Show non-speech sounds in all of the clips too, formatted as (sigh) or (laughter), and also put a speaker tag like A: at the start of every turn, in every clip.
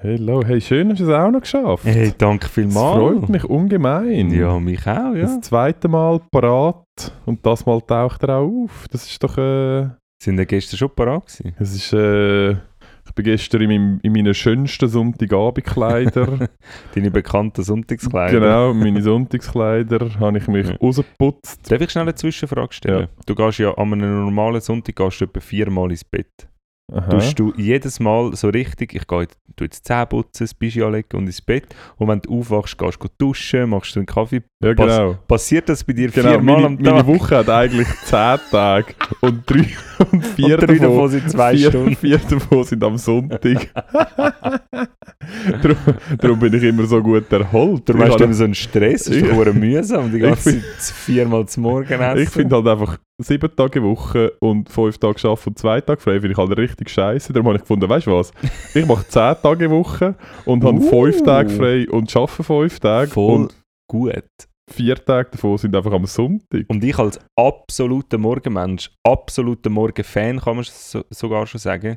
A: Hello, hey, schön hast du es auch noch geschafft.
B: Hey, danke
A: Es
B: vielmals!
A: freut mich ungemein.
B: Ja, mich auch, ja.
A: Das zweite Mal parat und das Mal taucht er auch auf. Das ist doch, äh,
B: Sind ja gestern schon parat gewesen?
A: es ist, äh, ich bin gestern in, meinem, in meinen schönsten Sonntagabendkleider
B: (laughs) Deine bekannten Sonntagskleider.
A: Genau, meine Sonntagskleider habe ich mich
B: Ja.
A: rausgeputzt.
B: Darf ich schnell eine Zwischenfrage stellen? Du gehst ja an einem normalen Sonntag gehst du etwa viermal ins Bett.
A: Aha.
B: Tust du jedes Mal so richtig, ich gehe jetzt, tu jetzt Zähne putzen, das Bischi anlegen und ins Bett. Und wenn du aufwachst, gehst du duschen, machst du einen Kaffee.
A: Ja,
B: Pass-
A: genau.
B: Passiert das bei dir
A: genau
B: viermal
A: meine,
B: am
A: meine
B: Tag?
A: Woche hat eigentlich 10 Tage und drei (laughs) und vier
B: und drei davon sind zwei
A: vier,
B: Stunden.
A: vier davon sind am Sonntag. darum, darum bin ich immer so gut erholt.
B: Darum
A: Ich
B: hast du
A: habe-
B: immer so einen Stress, das ist
A: Ich-
B: doch verdammt mühsam, die
A: (laughs) Ich
B: ganze
A: find-
B: Zeit viermal zum Morgen essen.
A: Ich finde halt einfach sieben Tage Woche und fünf Tage arbeiten und zwei Tage frei, finde ich halt richtig scheiße. Darum habe ich gefunden, weißt du was? Ich mache zehn Tage Woche und habe
B: Uh.
A: fünf Tage frei und arbeite fünf Tage.
B: voll
A: Und
B: gut.
A: vier Tage davon sind einfach am Sonntag.
B: Und ich als absoluter Morgenmensch, absoluter Morgenfan, kann man so, sogar schon sagen,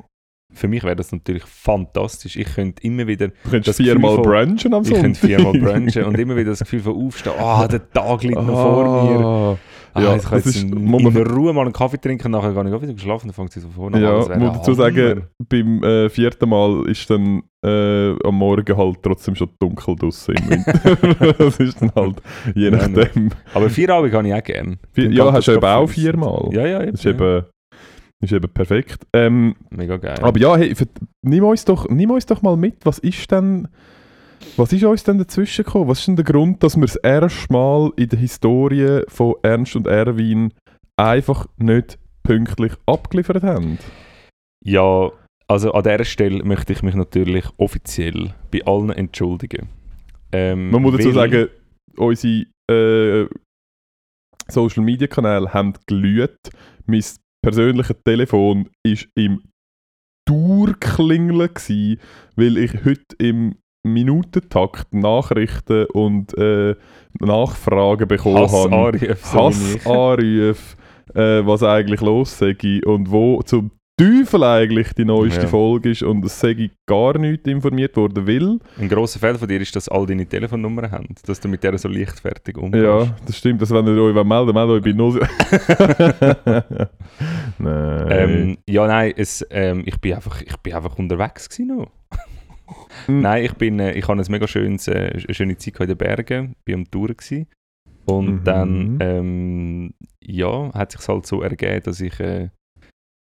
B: für mich wäre das natürlich fantastisch. Ich könnte immer wieder
A: Du könntest
B: das Gefühl
A: viermal
B: von-
A: brunchen am
B: Ich
A: Sonntag.
B: könnte
A: (laughs)
B: viermal brunchen und immer wieder das Gefühl von aufstehen, ah, der Tag liegt noch vor mir.
A: vor
B: Ah,
A: ja,
B: jetzt kann ich
A: das
B: jetzt
A: ist-
B: in,
A: muss
B: in
A: man-
B: Ruhe mal einen Kaffee trinken, nachher gehe ich auch wieder schlafen, dann fängt es von vorne an.
A: Ja,
B: Das wäre
A: muss dazu
B: der
A: sagen,
B: Hammer.
A: beim äh, vierten Mal ist dann äh, am Morgen halt trotzdem schon dunkel draussen im
B: (laughs)
A: Winter. das ist dann halt, je
B: Nein,
A: nachdem.
B: Aber Feierabend habe ich auch gerne.
A: Vier,
B: Dann
A: ja,
B: geht
A: hast du
B: das
A: eben
B: gerade
A: auch
B: fünf.
A: viermal.
B: Ja, ja, eben.
A: Das ist eben, ist eben perfekt. Ähm,
B: Mega geil.
A: Aber ja, hey, vert- nimm, uns doch, nimm uns doch mal mit, was ist denn... Was ist uns denn dazwischen gekommen? Was ist denn der Grund, dass wir das erste Mal in der Historie von Ernst und Erwin einfach nicht pünktlich abgeliefert haben?
B: Ja, also an dieser Stelle möchte ich mich natürlich offiziell bei allen entschuldigen. Ähm,
A: Man muss dazu
B: weil-
A: sagen, unsere äh, Social Media Kanäle haben glüht. Mein persönliches Telefon war im Durklingeln, gewesen, weil ich heute im Minutentakt Nachrichten und äh, Nachfragen bekommen habe.
B: Hassanrufe, so wie ich.
A: Hassanrufe, äh, was eigentlich los sei und wo zum Teufel eigentlich die neueste
B: Ja.
A: Folge ist und es sei gar nicht informiert worden, weil
B: Ein grosser Fehler von dir ist, dass all deine Telefonnummern haben, dass du mit der so leichtfertig umgehst.
A: Ja, das stimmt. Also wenn ihr euch wollt melden meldet euch bei
B: (laughs)
A: 0. Nein.
B: Ähm, ja, nein, es, ähm, ich, bin einfach, ich bin einfach unterwegs gewesen
A: (laughs)
B: noch.
A: Mm.
B: Nein, ich, bin, äh, ich hatte ein mega schönes, äh, eine schöne Zeit in den Bergen, bin am Touren gewesen. Und
A: Mhm.
B: dann, ähm, ja, hat sich halt so ergeben, dass ich, äh,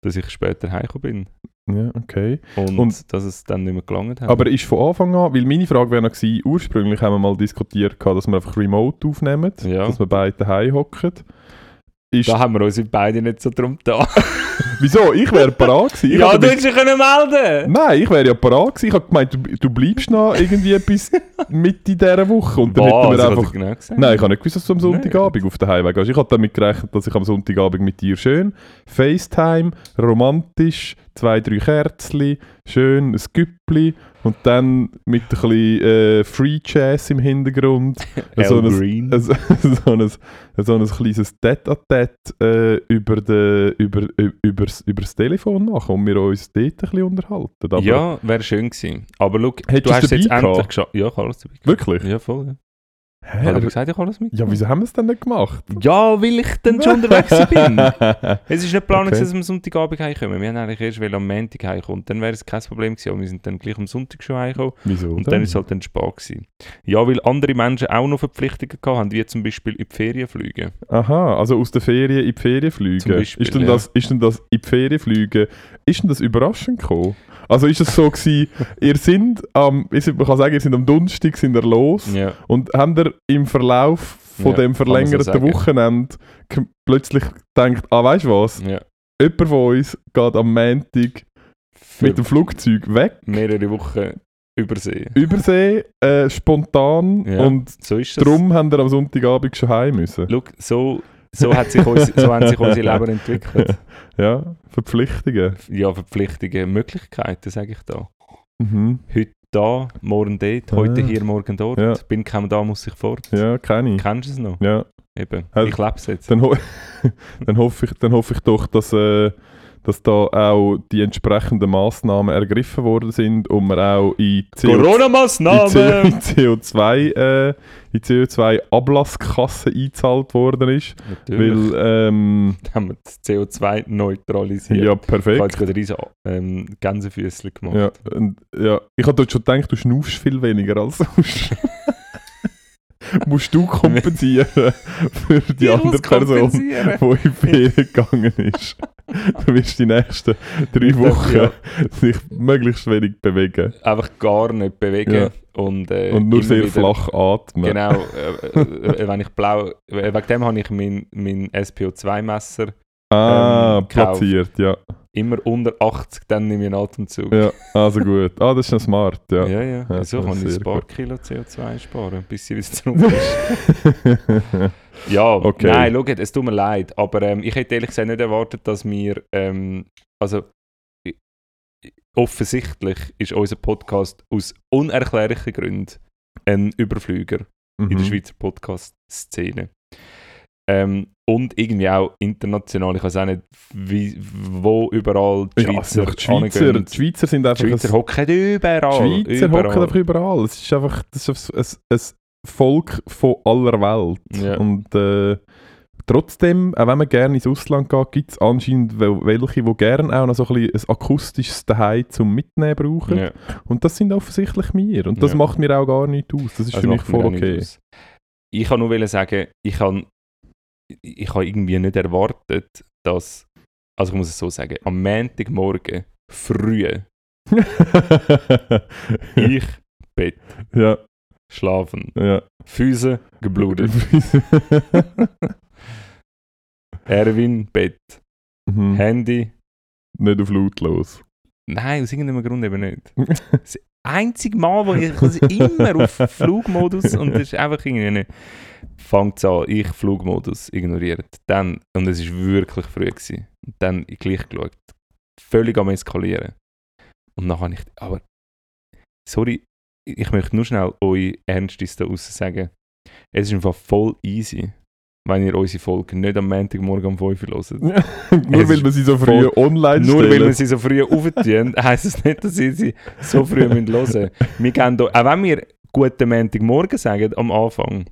B: dass ich später heimgekommen
A: ja, okay.
B: bin und,
A: Und-
B: dass es dann nicht mehr gelangt hat.
A: Aber ist von Anfang an, weil meine Frage wäre noch gewesen, ursprünglich haben wir mal diskutiert, gehabt, dass wir einfach remote aufnehmen,
B: ja,
A: dass wir beide daheim hocken. Ist,
B: da haben wir uns beide nicht so drum da.
A: (laughs) wieso? Ich wäre parat gewesen. Ich
B: ja,
A: hab
B: du
A: dabei-
B: hättest dich können melden
A: Nein, ich wäre ja parat gewesen. Ich habe gemeint, du, du bleibst noch nou, irgendwie
B: (laughs)
A: bis Mitte dieser Woche. Und dann
B: Was?
A: hätten
B: Ich
A: wir
B: hab
A: einfach
B: das genau gesagt.
A: Nein, ich habe nicht gewusst, dass du am
B: Nein.
A: Sonntagabend auf den Heimweg gehst. Ich habe damit gerechnet, dass ich am Sonntagabend mit dir schön FaceTime, romantisch, zwei, drei Kerzli, schön ein Güppli Und dann mit ein bisschen äh, Free Jazz im Hintergrund. (laughs) so ein,
B: Green.
A: ein, so ein, so ein kleines Tête-à-Tête äh, über, de, über, über, übers, übers Telefon machen und wir uns dort ein bisschen unterhalten. Aber
B: ja, wäre schön gewesen. Aber schau,
A: Hättest
B: du
A: du
B: hast
A: es
B: es jetzt
A: dabei
B: endlich
A: gehabt?
B: geschafft. Ja, ich habe alles dabei. gehabt.
A: Wirklich?
B: Ja, voll. Ja.
A: Hä,
B: Hat er
A: aber-
B: gesagt, ich habe alles mit?
A: ja, wieso haben wir es denn nicht gemacht?
B: Ja, weil ich dann schon unterwegs
A: (laughs)
B: bin. Es ist nicht geplant,
A: Okay.
B: dass wir am Sonntagabend heimkommen. Wir haben eigentlich erst wollen am Montag heimkommen. Dann wäre es kein Problem gewesen. Aber wir sind dann gleich am Sonntag schon heimgekommen.
A: wieso?
B: Und dann ist es halt dann spät gewesen. Ja, weil andere Menschen auch noch Verpflichtungen gehabt haben, wie zum Beispiel in die Ferien fliegen.
A: Aha, also aus der Ferien in die Ferien
B: Zum
A: fliegen.
B: Beispiel,
A: ist, denn
B: ja.
A: das, ist denn das in die Ferien fliegen, ist denn das überraschend gekommen? Also ist es
B: (laughs)
A: so gewesen, ihr sind am, ich- man kann sagen, ihr sind am Donnerstag sind ihr los
B: Ja.
A: und habt ihr im Verlauf von
B: Ja,
A: dem
B: kann man so
A: verlängerten
B: sagen.
A: Wochenende k- plötzlich denkt, ah weißt du was,
B: ja.
A: jemand von uns geht am Montag
B: Für
A: mit dem Flugzeug weg,
B: mehrere Wochen übersehen.
A: übersee, äh, spontan
B: Ja.
A: und
B: So ist das.
A: darum habt ihr am Sonntagabend schon heim müssen.
B: Schau, so, so, hat
A: (laughs)
B: sich uns, so haben sich unsere Leben entwickelt.
A: Ja, Verpflichtungen.
B: Ja, Verpflichtungen, Möglichkeiten, sage ich da.
A: Mhm.
B: Heute da, morgen dort, heute
A: Ah.
B: hier, morgen dort.
A: Ja.
B: Bin kaum da, muss ich fort.
A: Ja, kenne ich.
B: Kennst du es noch?
A: Ja,
B: Eben.
A: Also-
B: ich lebe es jetzt.
A: dann, ho (laughs) dann, hoffe ich, dann hoffe ich doch, dass, äh, dass da auch die entsprechenden Massnahmen ergriffen worden sind, um wir auch in CO
B: Corona-Massnahmen!
A: in CO2, äh, in CO2-Ablasskasse eingezahlt worden ist.
B: Natürlich.
A: Weil, ähm,
B: Dann haben wir das CO2 neutralisiert.
A: ja,
B: Ich
A: perfekt.
B: habe jetzt gerade riesen ähm, Gänsefüßchen gemacht.
A: Ja, und, ja. Ich habe dort schon gedacht, du schnaufst viel weniger als (laughs) sonst. Musst du kompensieren für die
B: Ich muss
A: andere Person, um
B: kompensieren.
A: die in die Ferien gegangen ist. Du wirst die nächsten drei
B: Ich darf,
A: Wochen
B: ja. Eh,
A: dich möglichst wenig bewegen
B: Einfach gar nicht bewegen.
A: Ja.
B: Und, äh,
A: und nur
B: immer
A: sehr
B: wieder-
A: flach atmen.
B: Genau, äh, äh, wenn ich blau. äh, Wegen dem habe ich mein, mein SPO2-Messer
A: Ah,
B: ähm, gekauft.
A: platziert, ja.
B: immer unter 80, dann nehme ich einen Atemzug.
A: ja. Also gut. Ah, das ist noch smart, ja. (laughs)
B: ja. ja.
A: Ja,
B: so kann ich
A: sehr
B: ein paar
A: gut.
B: Kilo CO2 sparen, bis sie
A: (laughs)
B: wieder zurück Ja,
A: Okay.
B: nein, schau, es tut mir leid, aber ähm, ich hätte ehrlich gesagt nicht erwartet, dass wir, ähm, also i- i- offensichtlich ist unser Podcast aus unerklärlichen Gründen ein Überflüger in der
A: Mhm.
B: Schweizer Podcast-Szene. Ähm, und irgendwie auch international, ich weiß auch nicht, wie, wo überall die
A: Ja, also
B: Schweizer
A: die Schweizer,
B: hingehen.
A: die Schweizer sind einfach
B: Die
A: ein-
B: Schweizer hocken überall.
A: Die Schweizer hocken einfach
B: überall.
A: überall. Es ist einfach das ist ein, ein Volk von aller Welt.
B: Ja.
A: Und äh, trotzdem, auch wenn man gerne ins Ausland geht, gibt es anscheinend wel- welche, die gerne auch noch so ein, bisschen ein akustisches Zuhause zum Mitnehmen brauchen.
B: Ja.
A: Und das sind offensichtlich wir. Und das
B: Ja.
A: macht mir auch gar nichts aus. Das ist
B: Also
A: für mich
B: macht mir
A: voll
B: auch nichts
A: (laughs) okay.
B: aus. Ich kann nur wollen sagen, ich habe ich habe irgendwie nicht erwartet, dass, also ich muss es so sagen, am Montagmorgen früh
A: (laughs)
B: ich
A: ja,
B: schlafen,
A: ja.
B: Füße geblutet, Erwin Bett,
A: (laughs) Mhm.
B: Handy,
A: Nicht auf laut
B: (laughs)
A: los.
B: nein, aus irgendeinem Grund eben nicht. Das einzige Mal, wo ich, also immer auf Flugmodus und das ist einfach irgendwie nicht. Fangt an, ich Flugmodus ignoriert. Dann, und es ist wirklich früh gewesen. Und dann gleich geschaut. Völlig am eskalieren. Und dann habe ich, aber, sorry, ich möchte nur schnell euch Ernstes da draussen sagen. Es ist einfach voll easy, wenn ihr unsere Folgen nicht am Montagmorgen um 5 Uhr hört.
A: Nur weil
B: ist
A: wir sie so früh
B: voll-
A: online
B: Nur weil wir
A: stellen.
B: sie so früh aufziehen, (laughs) heisst es nicht, dass ihr sie so früh hören müsst. hören. Wir geben da, auch wenn wir «Guten Montagmorgen» sagen am Anfang,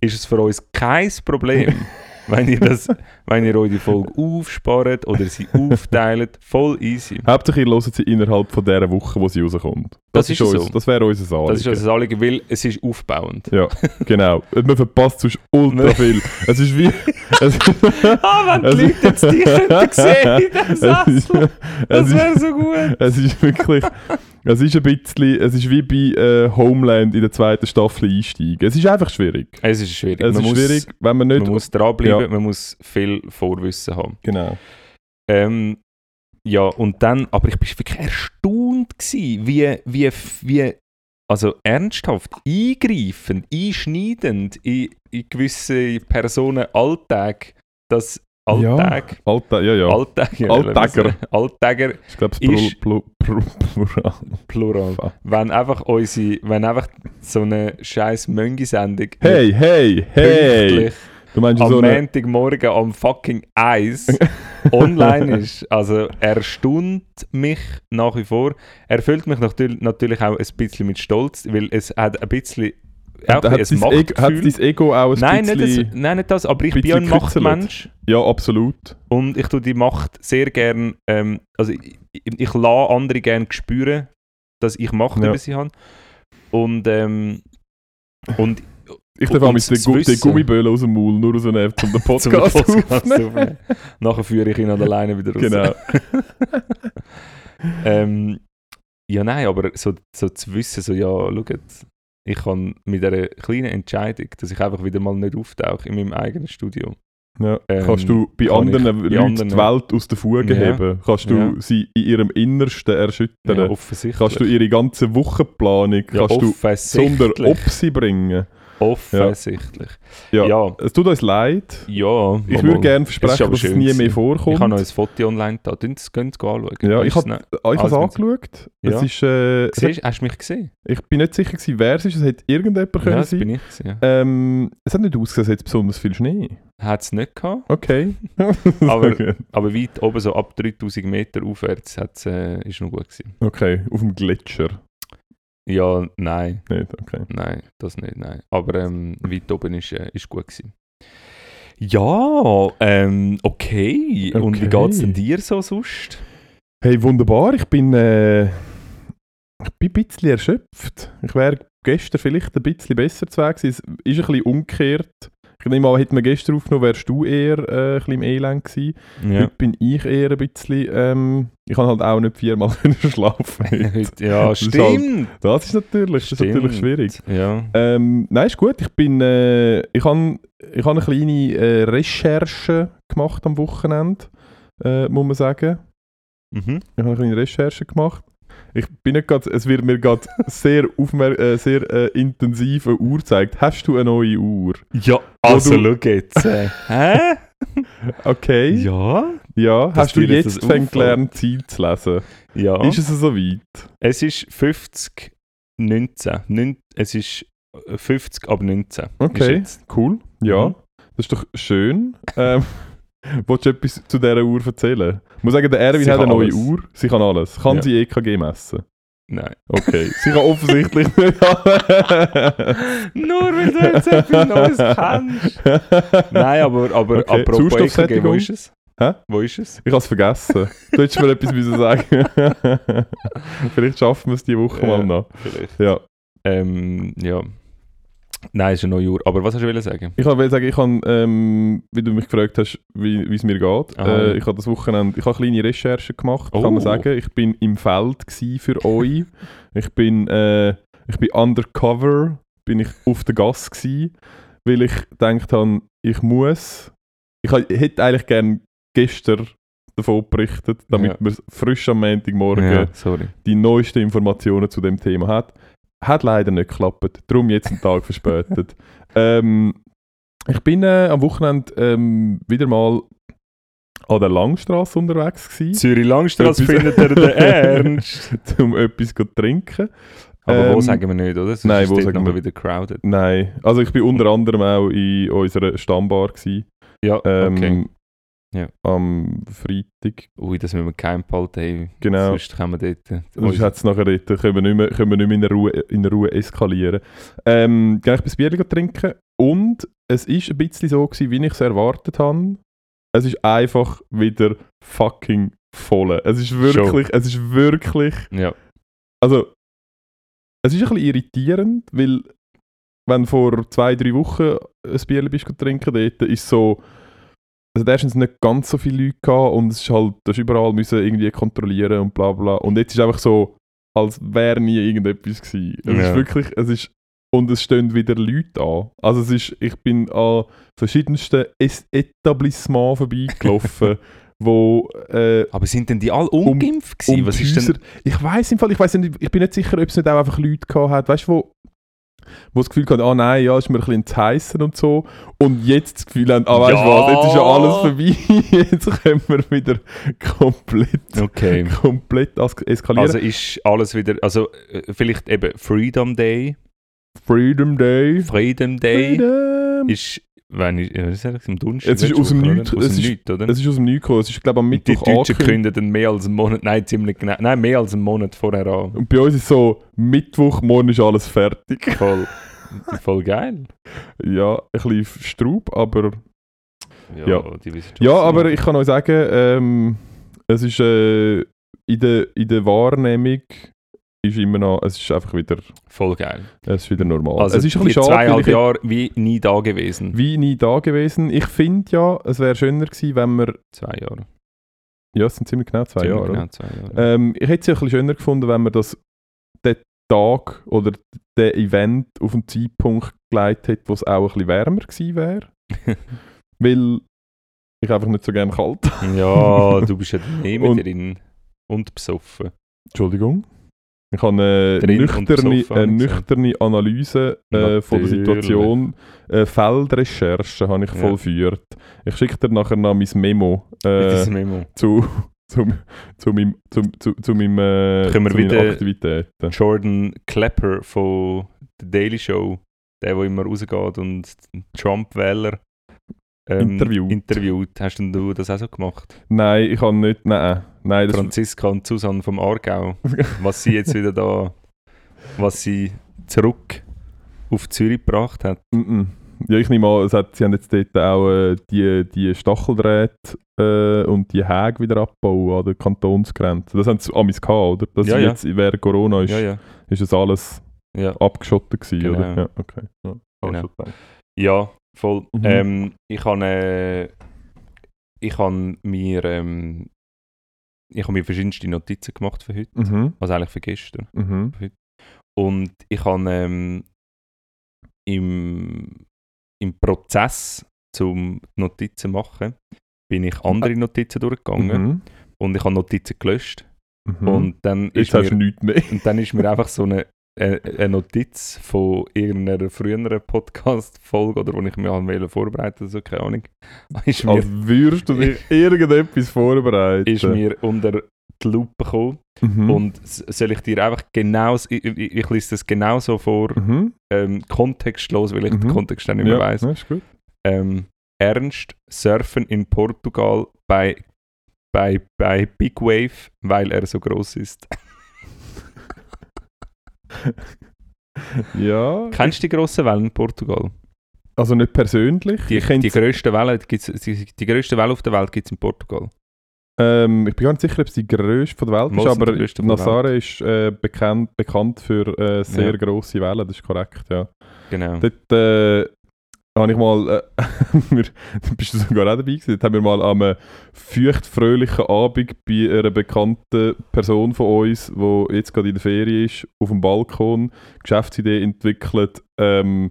B: ist es für uns kein Problem,
A: (laughs)
B: wenn ihr, das, wenn ihr euch die Folge aufspart oder
A: (laughs)
B: sie aufteilt. Voll easy.
A: Hauptsache, ihr hört sie innerhalb von dieser Woche, wo sie rauskommt.
B: Das ist
A: uns,
B: so.
A: Das wäre unser Anliegen.
B: Das ist unser Anliegen, weil es ist aufbauend.
A: genau. Und Man verpasst sonst ultra
B: Man-
A: viel. Es ist
B: (laughs)
A: wie... es,
B: (laughs) Ah,
A: wenn die Leute jetzt dich (laughs) könnten sehen in diesem Sessel. es, ist,
B: so gut.
A: es ist wirklich... Es ist ein bisschen... Es ist wie bei äh, Homeland in der zweiten Staffel einsteigen. Es ist einfach schwierig.
B: Es ist schwierig.
A: Es
B: man
A: ist
B: muss,
A: schwierig, wenn man nicht...
B: Man muss dranbleiben,
A: Ja.
B: man muss viel Vorwissen haben.
A: genau.
B: Ähm, ja, und dann, aber ich war wirklich erstaunt, gewesen, wie, wie, wie, also ernsthaft, eingreifend, einschneidend in, in gewisse Personen Alltag, dass Alltag.
A: Alta, ja, ja.
B: Alltag. ja,
A: Alltäger.
B: wir- Alltäger,
A: ich glaube,
B: Ist-
A: es Plur- Plur- Plur- Plural.
B: Plural.
A: Fuck.
B: Wenn einfach unsere, wenn einfach so eine scheiß Möngi-Sendung
A: Hey, hey, hey!
B: pünktlich
A: Du meinst
B: am
A: so eine...
B: Montagmorgen am fucking
A: (laughs)
B: Eis online ist. Also erstaunt mich nach wie vor. Erfüllt mich natürlich, natürlich auch ein bisschen mit Stolz, weil es hat ein bisschen auch
A: Hat
B: ein
A: hat
B: bisschen
A: dein
B: ein
A: Ego- hat
B: Machtgefühl.
A: dein Ego auch ein
B: Nein, nicht das,
A: bisschen...
B: nein, nicht das, aber ich bin ja
A: bisschen
B: ein
A: gekritzelt.
B: Machtmensch
A: Ja, absolut.
B: und ich tue die Macht sehr gern, ähm, also ich, ich, ich lasse andere gern spüren, dass ich Macht
A: Ja.
B: über sie habe. Und, ähm, und
A: Ich
B: Und
A: darf auch mit
B: zu
A: den
B: wissen-
A: Gummiböle aus dem Maul nur aus einer App zum
B: (laughs)
A: den
B: zum
A: Podcast aufnehmen.
B: aufnehmen. Nachher führe ich ihn an alleine wieder raus.
A: Genau.
B: Ähm, ja, nein, aber so, so zu wissen, so ja, schaut, ich kann mit einer kleinen Entscheidung, dass ich einfach wieder mal nicht auftauche in meinem eigenen Studio.
A: Ja.
B: Ähm,
A: kannst du bei
B: kann ich
A: anderen
B: bei
A: Leuten
B: anderen-
A: die Welt aus den Fugen
B: Ja.
A: heben? Kannst du
B: Ja.
A: sie in ihrem Innersten erschüttern?
B: Ja, offensichtlich.
A: äh, kannst du ihre ganze Wochenplanung
B: ja,
A: kannst du
B: offensichtlich.
A: sonder ob sie bringen?
B: Offensichtlich.
A: Ja.
B: Ja, ja.
A: Es tut uns leid. Ich würde gerne
B: Es ist
A: versprechen,
B: aber
A: dass es
B: schön
A: nie
B: gewesen.
A: mehr
B: Ich
A: vorkommt.
B: habe noch ein Foto online da. Könnt ihr es anschauen?
A: Ja, ich
B: Weisst
A: hab-
B: du nicht?
A: Ah, ich habe es
B: Alles
A: angeschaut.
B: Ja.
A: Es ist, äh, es hat,
B: Siehst, hast du mich gesehen?
A: ich bin nicht sicher, gewesen, wer es ist. Es hätte irgendjemand
B: ja,
A: können
B: das
A: sein
B: bin ich. gewesen, Ja.
A: ähm, Es hat nicht ausgesehen, es hat besonders viel Schnee.
B: Hat es nicht gehabt,
A: Okay.
B: (laughs) Aber- aber weit oben, so ab 3000 Meter aufwärts, hat's, äh, ist noch gut gewesen.
A: (laughs) okay, auf dem Gletscher.
B: Ja, nein.
A: Nicht, okay.
B: Nein, das nicht, nein. Aber ähm, weit oben ist, äh, ist gut gewesen. Ja, ähm, okay. Und wie
A: Okay.
B: geht es denn dir so sonst?
A: Hey, wunderbar. Ich bin, äh, ich bin ein bisschen erschöpft. Ich wäre gestern vielleicht ein bisschen besser zu Weg gewesen. Es ist ein bisschen umgekehrt. Ich nehme an, hätten wir gestern aufgenommen, wärst du eher äh, ein bisschen im Elend gewesen.
B: Ja.
A: Heute bin ich eher ein bisschen... Ähm, ich kann halt auch nicht viermal (laughs) können schlafen.
B: (laughs)
A: heute.
B: Heute, ja,
A: Das ist
B: stimmt.
A: Das ist natürlich, das ist
B: Stimmt.
A: natürlich schwierig.
B: Ja.
A: Ähm, nein, ist gut. Ich bin, äh, ich habe ich han eine kleine äh, Recherche gemacht am Wochenende, äh, muss man sagen.
B: Mhm.
A: Ich habe eine kleine Recherche gemacht. Ich bin nicht grad, es wird mir
B: (laughs)
A: gerade sehr, aufmer äh, sehr äh, intensiv eine Uhr gezeigt. Hast du eine neue Uhr?
B: Ja,
A: also,
B: schau jetzt. Äh, hä?
A: Okay. Ja.
B: Ja? Dass
A: Hast du
B: dir das
A: jetzt
B: das
A: fängt
B: auffällt?
A: gelernt, Zeit zu lesen?
B: Ja.
A: Ist es so weit?
B: es ist 50, 19. Neun- es ist äh, 50 ab 19. Ist
A: Okay,
B: jetzt.
A: cool. Ja,
B: Mhm.
A: das ist doch schön. ähm, (laughs) Wolltest du etwas zu dieser Uhr erzählen? Ich muss sagen, der Erwin
B: Sie
A: hat eine
B: kann
A: neue
B: alles.
A: Uhr. Sie kann alles. Kann
B: Ja.
A: sie EKG messen?
B: (laughs) Nein.
A: Okay. Sie
B: (laughs)
A: kann offensichtlich nicht alles.
B: Nur weil du jetzt etwas Neues kennst.
A: (laughs)
B: Nein, aber, aber
A: Okay,
B: apropos EKG, wo
A: Sauerstoffsättigung?
B: ist es?
A: Hä?
B: Wo ist es?
A: Ich habe es vergessen. Du hättest mir etwas müssen sagen Vielleicht schaffen wir es diese Woche
B: Ja.
A: mal noch.
B: (laughs) Vielleicht.
A: Ja.
B: Ähm, ja. Nein, ist eine neue Uhr. Aber was hast du wollen sagen?
A: Ich wollte sagen, ich habe, ähm, wie du mich gefragt hast, wie wie es mir geht.
B: Aha, ja.
A: äh, ich habe das Wochenende, ich habe kleine Recherchen gemacht, kann
B: Oh.
A: man sagen. Ich bin im Feld gsi für euch. ich bin, äh, ich bin undercover, bin ich auf der Gasse gsi, weil ich gedacht habe, ich muss. Ich ha- hätte eigentlich gern gestern davon berichtet, damit
B: Ja.
A: wir frisch am Montagmorgen
B: Ja, sorry.
A: die neuesten Informationen zu dem Thema hat. Hat leider nicht geklappt, darum jetzt einen
B: (laughs)
A: Tag verspätet. ähm, ich bin äh, am Wochenende ähm, wieder mal an der Langstrasse unterwegs gewesen, (laughs)
B: Zürich Langstrasse
A: Etwas-
B: findet (laughs) er den Ernst.
A: um etwas zu trinken.
B: Aber wo
A: Ähm,
B: sagen wir nicht, oder? Sonst
A: nein,
B: ist
A: wo
B: dort
A: sagen
B: nachher
A: wir-
B: wieder crowded.
A: Nein, also ich bin unter anderem auch in unserer Stammbar gewesen,
B: Ja,
A: ähm,
B: okay. Ja.
A: am Freitag.
B: Ui, das müssen wir geheim behalten. Hey.
A: Genau.
B: Sonst können wir dort... äh,
A: Sonst hat es nachher dort, können wir nicht mehr, können wir nicht mehr in, der Ruhe, in der Ruhe eskalieren. Ähm, gleich ein Bier trinken und es ist ein bisschen so gewesen, wie ich es erwartet habe. Es ist einfach wieder fucking voll. Es ist wirklich, es ist wirklich,
B: ja.
A: also es ist ein bisschen irritierend, weil wenn vor zwei, drei Wochen ein Bier bist du trinken dort, ist so, also erstens nicht ganz so viele Leute gehabt und es ist halt, du hast überall müssen irgendwie kontrollieren und bla bla. Und jetzt ist einfach so, als wäre nie irgendetwas gewesen. Es
B: Ja.
A: ist wirklich, es ist, und es stehen wieder Leute an. Also es ist, ich bin an verschiedensten es Etablissements vorbeigelaufen, wo äh,
B: Aber sind denn die alle ungeimpft gewesen?
A: um
B: was
A: die
B: ist denn...
A: Häuser- Ich weiß im Fall, ich weiß nicht, ich bin nicht sicher, ob es nicht auch einfach Leute gehabt hat, weißt du, wo wo das Gefühl hatten, ah nein, ja, ist mir ein bisschen zu heissen und so. Und jetzt das Gefühl haben, ah weißt du
B: Ja.
A: was, jetzt ist ja alles vorbei, (laughs) jetzt können wir wieder komplett,
B: (laughs) Okay.
A: komplett as- eskalieren.
B: Also ist alles wieder, also äh, vielleicht eben Freedom Day,
A: Freedom Day.
B: Freedom Day
A: Freedom.
B: ist, wenn ich, ja, was sag ich, im Dunst.
A: Es ist aus dem Nichts,
B: Aus
A: es
B: dem
A: ist-
B: Nichts, oder?
A: Es ist aus dem Nichts gekommen, es ist glaube ich am
B: Und die
A: Mittwoch
B: Deutschen
A: angekündigt.
B: kündigen mehr als einen Monat, nein, ziemlich genau, nein, mehr als einen Monat vorher an.
A: Und bei uns ist so, Mittwoch, morgen ist alles fertig.
B: Voll, voll geil.
A: (laughs) Ja, ein bisschen Straub, aber... Ja.
B: die wissen schon,
A: Ja,
B: was sie
A: aber
B: machen.
A: ich kann euch sagen, ähm, es ist äh, in, der, in der Wahrnehmung ist immer noch, es ist einfach wieder,
B: Voll geil.
A: es ist wieder normal.
B: Also
A: Oh, es ist
B: die
A: weil
B: zweieinhalb
A: ich
B: Jahre wie nie da gewesen.
A: wie nie da gewesen. Ich finde ja, es wäre schöner gewesen, wenn wir,
B: Zwei Jahre.
A: ja, es sind ziemlich genau zwei
B: Ziemlich
A: Jahre.
B: Genau, zwei Jahre.
A: oder? Ähm, ich hätte es ja ein bisschen schöner gefunden, wenn wir das, den Tag oder den Event auf einen Zeitpunkt gelegt hätten, wo es auch ein bisschen wärmer gewesen wäre, weil ich einfach nicht so gerne kalt
B: (laughs) ja, du bist ja eh
A: Äh. Und-
B: mit drin und besoffen.
A: Entschuldigung. Ich habe eine
B: Drin und
A: nüchterne,
B: besoffen,
A: eine
B: habe ich
A: nüchterne Analyse äh, von der
B: Natürlich.
A: Situation. Äh, Feldrecherche habe ich
B: Ja.
A: vollführt. Ich schicke dir nachher noch mein Memo
B: Mit
A: äh,
B: diesem Memo.
A: zu, (laughs) zu, zu, meinem- zu, zu, zu, meinem, äh, zu
B: Können wir
A: meinen
B: wieder-
A: Aktivitäten.
B: Jordan Klepper von der Daily Show, der, der immer rausgeht und Trump-Wähler ähm,
A: Interviewt.
B: interviewt. Hast denn du das auch so gemacht?
A: Nein, ich habe nicht. Nein, nein das
B: Franziska und Susanne vom Aargau, was sie jetzt wieder da, was sie zurück auf Zürich gebracht hat.
A: (laughs) Mm-mm. Ja, ich nehme an, es hat, sie haben jetzt dort auch äh, die, die Stacheldrähte äh, und die Häge wieder abgebaut an der Kantonsgrenze. Das haben sie amis gehabt, oder? Das
B: Ja,
A: ist
B: ja.
A: jetzt während Corona ist,
B: Ja, ja.
A: ist das alles
B: Ja,
A: abgeschottet gewesen,
B: Genau.
A: oder? Ja, okay. Ja, hab ich
B: Genau.
A: schon gedacht.
B: ja voll.
A: Mhm.
B: Ähm, ich habe äh, ich habe mir ähm, ich habe mir verschiedenste Notizen gemacht für heute,
A: Mhm.
B: also eigentlich für gestern.
A: Mhm.
B: Und ich habe ähm, im, im Prozess zum Notizen machen, bin ich andere Notizen durchgegangen
A: Ah. Mhm.
B: und ich habe Notizen gelöscht.
A: Mhm.
B: Und, dann ist
A: jetzt hast du
B: mir,
A: nichts mehr.
B: und dann (laughs) ist mir einfach so eine, äh, eine Notiz von irgendeiner früheren Podcast-Folge oder wo ich mir haben wollte vorbereiten, so keine Ahnung, ist mir,
A: Als Also, würdest du
B: (laughs)
A: dich irgendetwas vorbereiten.
B: ist mir unter die Lupe gekommen.
A: mhm.
B: Und s- soll ich dir einfach genau, ich, ich, ich lese das genau so vor,
A: mhm.
B: ähm, kontextlos, weil ich
A: Mhm.
B: den Kontext dann nicht mehr
A: ja, Mhm.
B: weiss.
A: ja, ist gut. (laughs)
B: Ähm, Ernst surfen in Portugal bei, bei, bei Big Wave, weil er so groß ist.
A: Ja,
B: Kennst du die grossen Wellen in Portugal?
A: also nicht persönlich.
B: Die,
A: ich, kenn's-
B: die, grössten Wellen gibt's, die, die grössten Wellen auf der Welt gibt es in Portugal.
A: Ähm, ich bin gar nicht sicher, ob es die grösste von der Welt
B: Mal
A: ist,
B: sind die
A: aber
B: grösste von der
A: Nazare ist äh, bekannt, bekannt für äh, sehr
B: Ja.
A: grosse Wellen, das ist korrekt, ja.
B: Genau.
A: Dort äh, habe ich mal, äh, (laughs) wir, da bist du sogar auch dabei gewesen, dort haben wir mal am äh, feuchtfröhlichen Abend bei einer bekannten Person von uns, die jetzt gerade in der Ferien ist, auf dem Balkon Geschäftsidee entwickelt, ähm,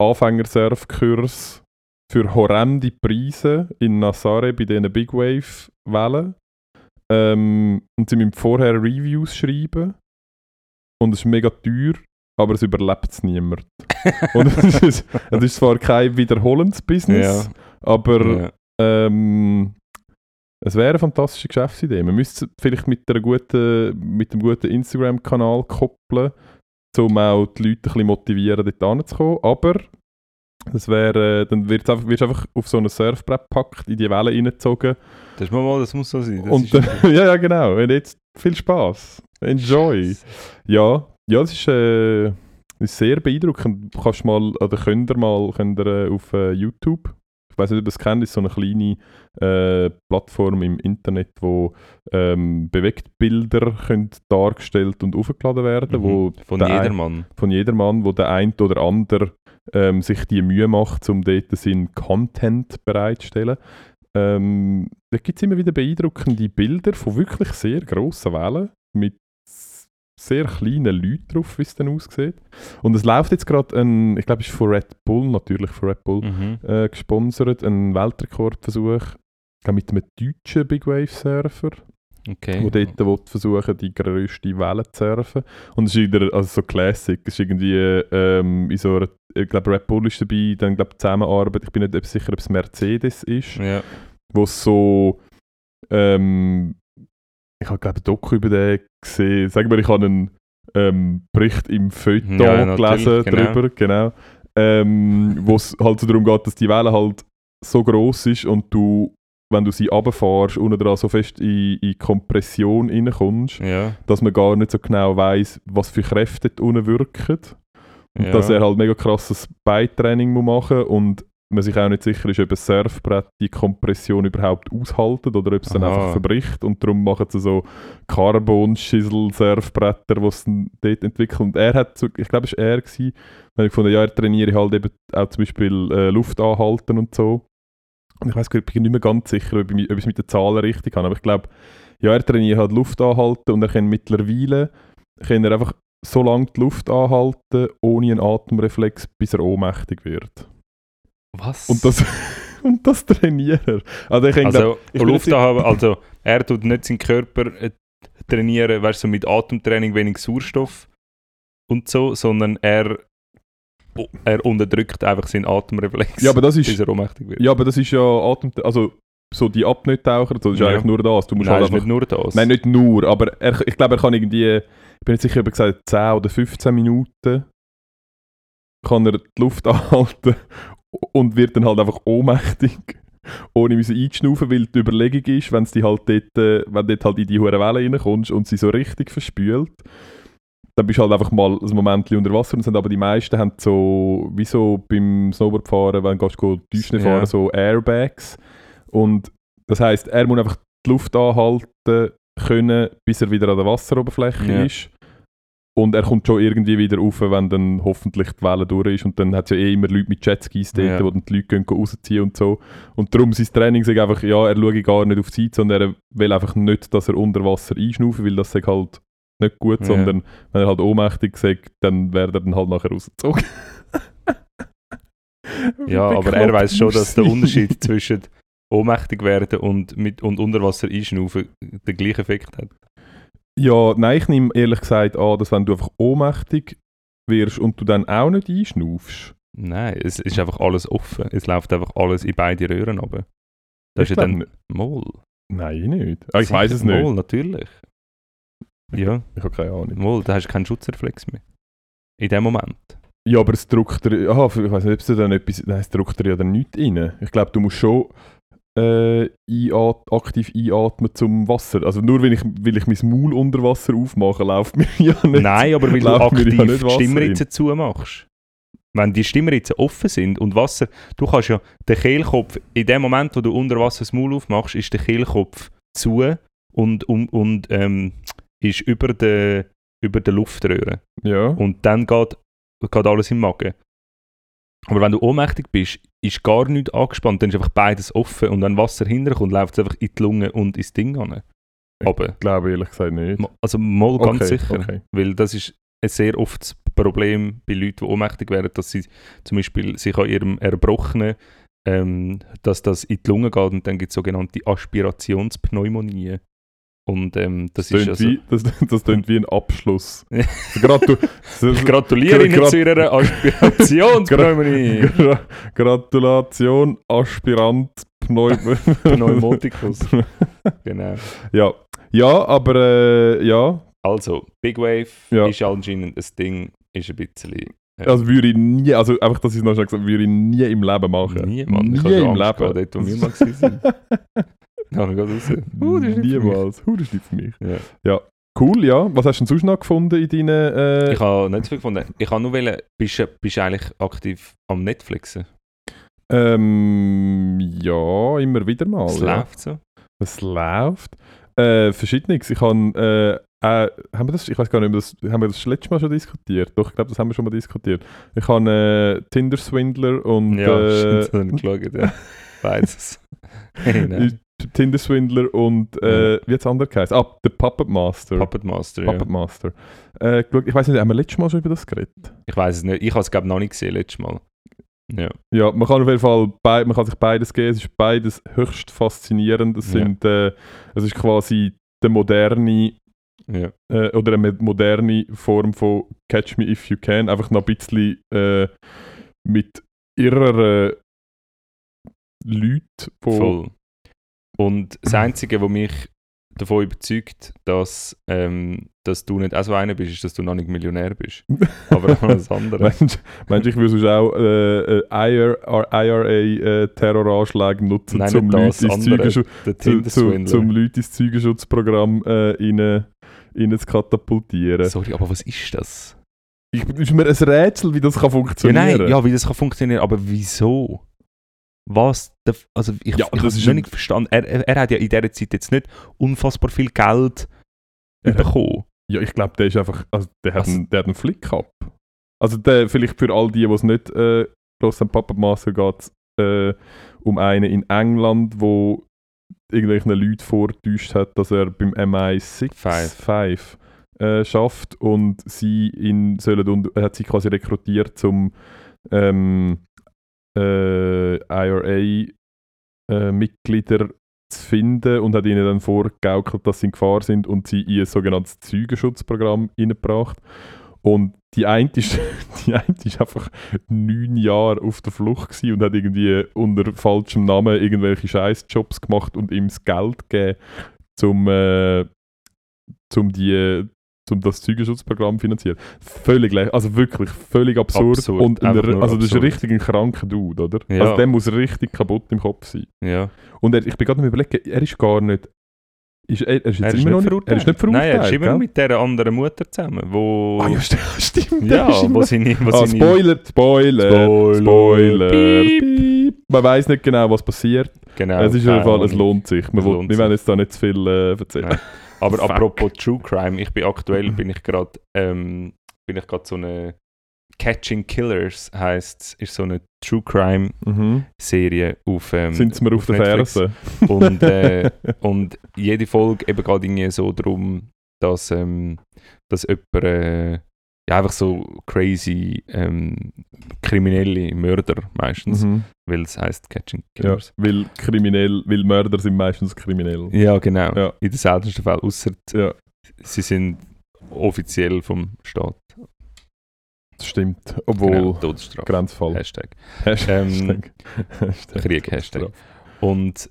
A: Anfängersurfkurs für horrende Preise in Nazare bei diesen Big Wave Wellen. Ähm, und sie müssen vorher Reviews schreiben. Und es ist mega teuer, aber es überlebt es niemand. (laughs) Und es ist, es ist zwar kein wiederholendes Business,
B: ja,
A: aber
B: ja.
A: ähm, es wäre eine fantastische Geschäftsidee. Man müsste es vielleicht mit, einer guten, mit einem guten Instagram-Kanal koppeln, um auch die Leute ein bisschen motivieren, dort hinzukommen. Aber das wäre, äh, dann wird einfach, wirst du einfach auf so ein Surfbrett gepackt, in die Wellen reingezogen. (laughs)
B: Das, muss mal, das muss so sein. Das
A: Und
B: ist-
A: dann, ja, ja, genau. Und jetzt viel Spaß. Enjoy. Ja, ja, das ist, äh, das ist sehr beeindruckend. Du Kannst mal, oder könnt ihr mal, könnt ihr äh, auf äh, YouTube, ich weiß nicht, ob ihr es kennt, ist so eine kleine äh, Plattform im Internet, wo ähm, Bewegtbilder können dargestellt und aufgeladen werden,
B: Mhm.
A: wo
B: Von
A: der
B: jedermann.
A: von jedermann, wo der ein oder andere ähm, sich die Mühe macht, um dort seinen Content bereitzustellen. Ähm, da gibt es immer wieder beeindruckende Bilder von wirklich sehr grossen Wellen mit s- sehr kleinen Leuten drauf, wie es dann aussieht. Und es läuft jetzt gerade ein, ich glaube, es ist von Red Bull, natürlich von Red Bull,
B: Mhm.
A: äh, gesponsert, ein Weltrekordversuch. Ich glaube, mit einem deutschen Big Wave Surfer.
B: Okay.
A: wo dort will versuchen, die grösste Welle zu surfen. Und es ist wieder, also so Classic, es ist irgendwie ähm, in so einer, ich glaube Red Bull ist dabei, dann glaube Zusammenarbeit, ich bin nicht sicher, ob es Mercedes ist,
B: Ja.
A: wo so, ähm, ich habe glaube Doku über den gesehen, sagen wir, ich habe einen ähm, Bericht im Feuilleton
B: Ja, natürlich,
A: gelesen
B: genau.
A: drüber, genau, ähm, wo es halt so darum geht, dass die Welle halt so groß ist und du, wenn du sie runterfährst, unten dran so fest in, in Kompression reinkommst,
B: Ja.
A: dass man gar nicht so genau weiß, was für Kräfte dort unten wirken. Und
B: ja.
A: dass er halt mega krasses Beitraining muss machen muss und man sich auch nicht sicher ist, ob ein Surfbrett die Kompression überhaupt aushaltet oder ob es dann
B: Aha.
A: einfach verbricht. Und darum machen sie so Carbon-Schissel-Surfbretter, die sie dort entwickeln. Und er hat, so- ich glaube, es war er, gewesen, dann habe ich gefunden, ja, er trainiere halt eben auch zum Beispiel äh, Luft anhalten und so. Und ich weiß gar nicht, ich bin nicht mehr ganz sicher, ob ich, mi- ob ich es mit den Zahlen richtig habe, aber ich glaube, ja, er trainiert halt Luft anhalten und er kann mittlerweile kann er einfach so lange die Luft anhalten, ohne einen Atemreflex, bis er ohnmächtig wird.
B: Was?
A: Und das, und das Ah, trainiert er. Also ich kann glaub,
B: also,
A: ich bin
B: Luft
A: jetzt-
B: haben, also er tut nicht seinen Körper äh, trainieren, weißt du, so mit Atemtraining wenig Sauerstoff und so, sondern er, oh, er unterdrückt einfach seinen Atemreflex,
A: ja, aber das
B: bis
A: ist,
B: er ohnmächtig wird.
A: ja, aber das ist ja Atem, also so die Apnoe-Taucher, das ist
B: Ja.
A: eigentlich nur das. Du musst
B: Nein,
A: halt
B: ist
A: einfach
B: nicht nur das.
A: Nein, nicht nur, aber er, ich glaube, er kann irgendwie, ich bin nicht sicher, ob er gesagt hat, 10 oder 15 Minuten kann er die Luft (laughs) anhalten und wird dann halt einfach ohnmächtig, ohne müssen einzuschnaufen, weil die Überlegung ist, wenn es die halt dort, äh, wenn dort halt in die hohe Welle reinkommst und sie so richtig verspült, dann bist du halt einfach mal ein Moment unter Wasser und sind aber die meisten haben so, wie so beim Snowboardfahren, wenn du gehst, go Düschen
B: Ja.
A: fahren, so Airbags und das heißt, er muss einfach die Luft anhalten können, bis er wieder an der Wasseroberfläche
B: Ja.
A: ist. Und er kommt schon irgendwie wieder rauf, wenn dann hoffentlich die Welle durch ist. Und dann hat es ja eh immer Leute mit Jetskis dort,
B: Ja.
A: wo dann die Leute gehen, gehen rausziehen und so. Und darum sein Training sagt einfach, ja, er schaue gar nicht auf die Zeit, sondern er will einfach nicht, dass er unter Wasser einschnaufen, weil das sagt halt nicht gut,
B: Ja.
A: sondern wenn er halt ohnmächtig sagt, dann wird er dann halt nachher rausgezogen.
B: (laughs)
A: (laughs)
B: Ja, aber er weiß schon, dass der
A: (laughs)
B: Unterschied zwischen ohnmächtig werden und, mit, und unter Wasser einschnaufen den gleichen Effekt hat.
A: Ja, nein, ich nehme ehrlich gesagt an, dass wenn du einfach ohnmächtig wirst und du dann auch nicht einschnaufst.
B: Nein, es ist einfach alles offen. Es läuft einfach alles in beide Röhren runter. Das ist ja
A: glaub
B: dann
A: nicht.
B: Moll.
A: Nein, nicht. Ah, ich weiß es
B: Sicher,
A: nicht.
B: Moll, natürlich. Ja,
A: Ich habe keine Ahnung.
B: Moll, da hast du keinen Schutzreflex mehr. In dem Moment.
A: Ja, aber es druckt dir. Aha, ich weiß nicht, ob es dir dann etwas. Nein, es druckt dir ja dann nichts rein. Ich glaube, du musst schon äh, einat aktiv einatmen zum Wasser. Also nur wenn ich, weil ich mein Maul unter Wasser aufmache, läuft (laughs) mir ja nicht.
B: Nein, aber weil du
A: läuft mir
B: aktiv
A: ja nicht
B: die
A: Wasser
B: Stimmritzen zumachst. Wenn die Stimmritzen offen sind und Wasser, du kannst ja den Kehlkopf, in dem Moment, wo du unter Wasser das Maul aufmachst, ist der Kehlkopf zu und, um, und ähm, ist über der über der Luftröhre.
A: Ja.
B: Und dann geht, geht alles im Magen. Aber wenn du ohnmächtig bist, ist gar nichts angespannt, dann ist einfach beides offen und wenn Wasser hinterkommt, läuft es einfach in die Lunge und ins Ding an. Aber,
A: Ich glaube ehrlich gesagt nicht.
B: also mal ganz sicher.
A: Okay.
B: Weil das ist ein sehr oft das Problem bei Leuten, die ohnmächtig werden, dass sie zum Beispiel sich an ihrem Erbrochenen, ähm, dass das in die Lunge geht und dann gibt es sogenannte Aspirationspneumonie. Und ähm, das
A: Das
B: ist
A: tönt
B: also...
A: wie, das, das tönt wie ein
B: (laughs)
A: Abschluss. Also
B: Ja.
A: Gerade du.
B: (laughs) (laughs) Ich gratuliere Ihnen
A: Gra-
B: zu Ihrer Aspirationspneumonie.
A: (laughs) Gra Gratulation, Aspirant, Pneum
B: Pneumotikus. genau.
A: (laughs) ja. ja, aber äh, ja,
B: Also, Big Wave
A: Ja.
B: ist anscheinend ein Ding, ist ein bisschen... Ja.
A: also würde ich nie, also einfach, dass ich es noch schnell gesagt habe, würde ich nie im Leben machen.
B: Nie, Mann.
A: nie
B: Ich habe schon
A: im
B: Angst
A: Leben.
B: gehabt, dort, wo wir mal gewesen
A: (laughs)
B: sind. Kann ich gerade raus. Uh, das ist nicht für mich.
A: Niemals. Hu, das ist nicht für mich.
B: Ja.
A: Cool, ja. Was hast du denn sonst noch gefunden in deinen... Äh,
B: Ich habe nicht so viel gefunden. Ich habe nur wollen, bist du bist du eigentlich aktiv am Netflixen?
A: ähm, ja, immer wieder mal.
B: Es
A: Oh, ja.
B: läuft so.
A: Was läuft? Äh, verschiedenes. Ich habe, äh, äh, haben wir das, ich weiß gar nicht, ob wir das, haben wir das letztes Mal schon diskutiert? Doch, ich glaube, das haben wir schon mal diskutiert. Ich habe äh, Tinder-Swindler und
B: Ja, (laughs)
A: äh,
B: stimmt, ich habe geschaut,
A: (laughs)
B: ja. Beides.
A: Nein. Tinder-Swindler und äh, wie hat das andere geheißen? Ah, der Puppet Master.
B: Puppet Master, ja.
A: Puppet Master. Äh, geschaut. ich weiß nicht, haben wir letztes Mal schon über das geredet?
B: Ich weiß es nicht. Ich habe es, glaube ich, noch nicht gesehen letztes Mal. Ja.
A: Ja, man kann auf jeden Fall bei, man kann sich beides geben. Es ist beides höchst faszinierend. Es,
B: Ja.
A: sind, äh, es ist quasi der moderne
B: Ja.
A: äh, oder eine moderne Form von Catch Me If You Can, einfach noch ein bisschen äh, mit irreren Leuten, die
B: Voll. Und das Einzige, was mich davon überzeugt, dass, ähm, dass du nicht auch so einer bist, ist, dass du noch nicht Millionär
A: (laughs)
B: bist. Aber alles andere.
A: Meinst meinst du, ich würde sonst auch äh, eh, IRA-Terroranschläge nutzen,
B: Nein,
A: um
B: nicht
A: Leute,
B: das,
A: ins
B: andere.
A: Zeugenschutz,
B: Der
A: zu, zu,
B: Tinder-Swindler.
A: zum Leute ins Zeugenschutzprogramm äh, rein, rein zu katapultieren.
B: Sorry, aber was ist das?
A: Ich, ist mir ein Rätsel, wie das kann
B: Ja,
A: funktionieren
B: nein, ja, wie das kann funktionieren, aber wieso? Was? der F- Also ich,
A: Ja,
B: ich habe
A: das ist
B: es
A: ein-
B: nicht verstanden. Er, er, er hat ja in dieser Zeit jetzt nicht unfassbar viel Geld
A: Er hat- (laughs)
B: bekommen.
A: Ja, ich glaube, der ist einfach. Also, der, hat
B: Was?
A: einen, der hat einen Flick gehabt. Also, der, vielleicht für all die, die es nicht äh, los an Pappmasse geht, äh, um einen in England, wo irgendwelchen Leuten vortäuscht hat, dass er beim MI6
B: Five.
A: Five, äh, schafft und sie ihn sollen und er hat sie quasi rekrutiert zum ähm, äh, IRA äh, Mitglieder zu finden und hat ihnen dann vorgegaukelt, dass sie in Gefahr sind und sie in ein sogenanntes Zeugenschutzprogramm hineingebracht. Und die eine ist, (laughs) die eine ist einfach neun Jahre auf der Flucht gewesen und hat irgendwie unter falschem Namen irgendwelche Scheißjobs gemacht und ihm das Geld gegeben, zum, äh, zum, die, zum das Zeugenschutzprogramm finanzieren. Völlig gleich, also wirklich völlig absurd.
B: Absurd,
A: und ein,
B: einfach
A: also
B: nur
A: das ist
B: absurd.
A: richtig ein kranker Dude, oder?
B: Ja.
A: Also der muss richtig kaputt im Kopf sein.
B: Ja.
A: Und er, ich bin gerade am überlegen, er ist gar nicht. Ist, er, er ist jetzt
B: Er ist,
A: immer noch
B: nicht
A: nicht.
B: verurteilt.
A: Er ist nicht verurteilt.
B: Nein, er ist immer noch
A: gell?
B: mit dieser anderen Mutter zusammen, wo...
A: Ah, ja, st- stimmt. (laughs)
B: Ja,
A: er ist immer
B: wo
A: noch-
B: seine... Wo
A: ah,
B: seine-
A: Spoiler, Spoiler,
B: Spoiler.
A: Spoiler.
B: Piep.
A: Piep. Man weiß nicht genau, was passiert.
B: Genau.
A: es ist auf jeden
B: keine
A: Fall, es
B: Ahnung.
A: lohnt sich. Wir,
B: Es
A: wollen-
B: lohnt
A: wir
B: sich.
A: werden jetzt da nicht zu viel äh, erzählen.
B: Nein. Aber
A: Fuck.
B: apropos True Crime, ich bin aktuell,
A: (clears throat)
B: bin ich gerade, ähm, bin ich gerade so eine Catching Killers heißt, ist so eine True Crime
A: Mhm.
B: Serie auf. Ähm,
A: Sind sie mir auf,
B: auf
A: der
B: Netflix.
A: Ferse?
B: Und,
A: (laughs)
B: äh, und jede Folge eben geht irgendwie so darum, dass, ähm, dass jemand äh, ja, einfach so crazy ähm, kriminelle Mörder meistens,
A: mhm.
B: weil es heißt Catching
A: ja,
B: Killers.
A: weil, kriminell, weil Mörder sind meistens kriminell.
B: Ja, genau.
A: Ja.
B: In den seltensten Fällen, außer
A: Ja.
B: sie sind offiziell vom Staat.
A: Das stimmt. Obwohl,
B: Genau, Todesstrafe.
A: Grenzfall.
B: Hashtag. Ähm,
A: Hashtag. Hashtag.
B: Krieg, Hashtag. Und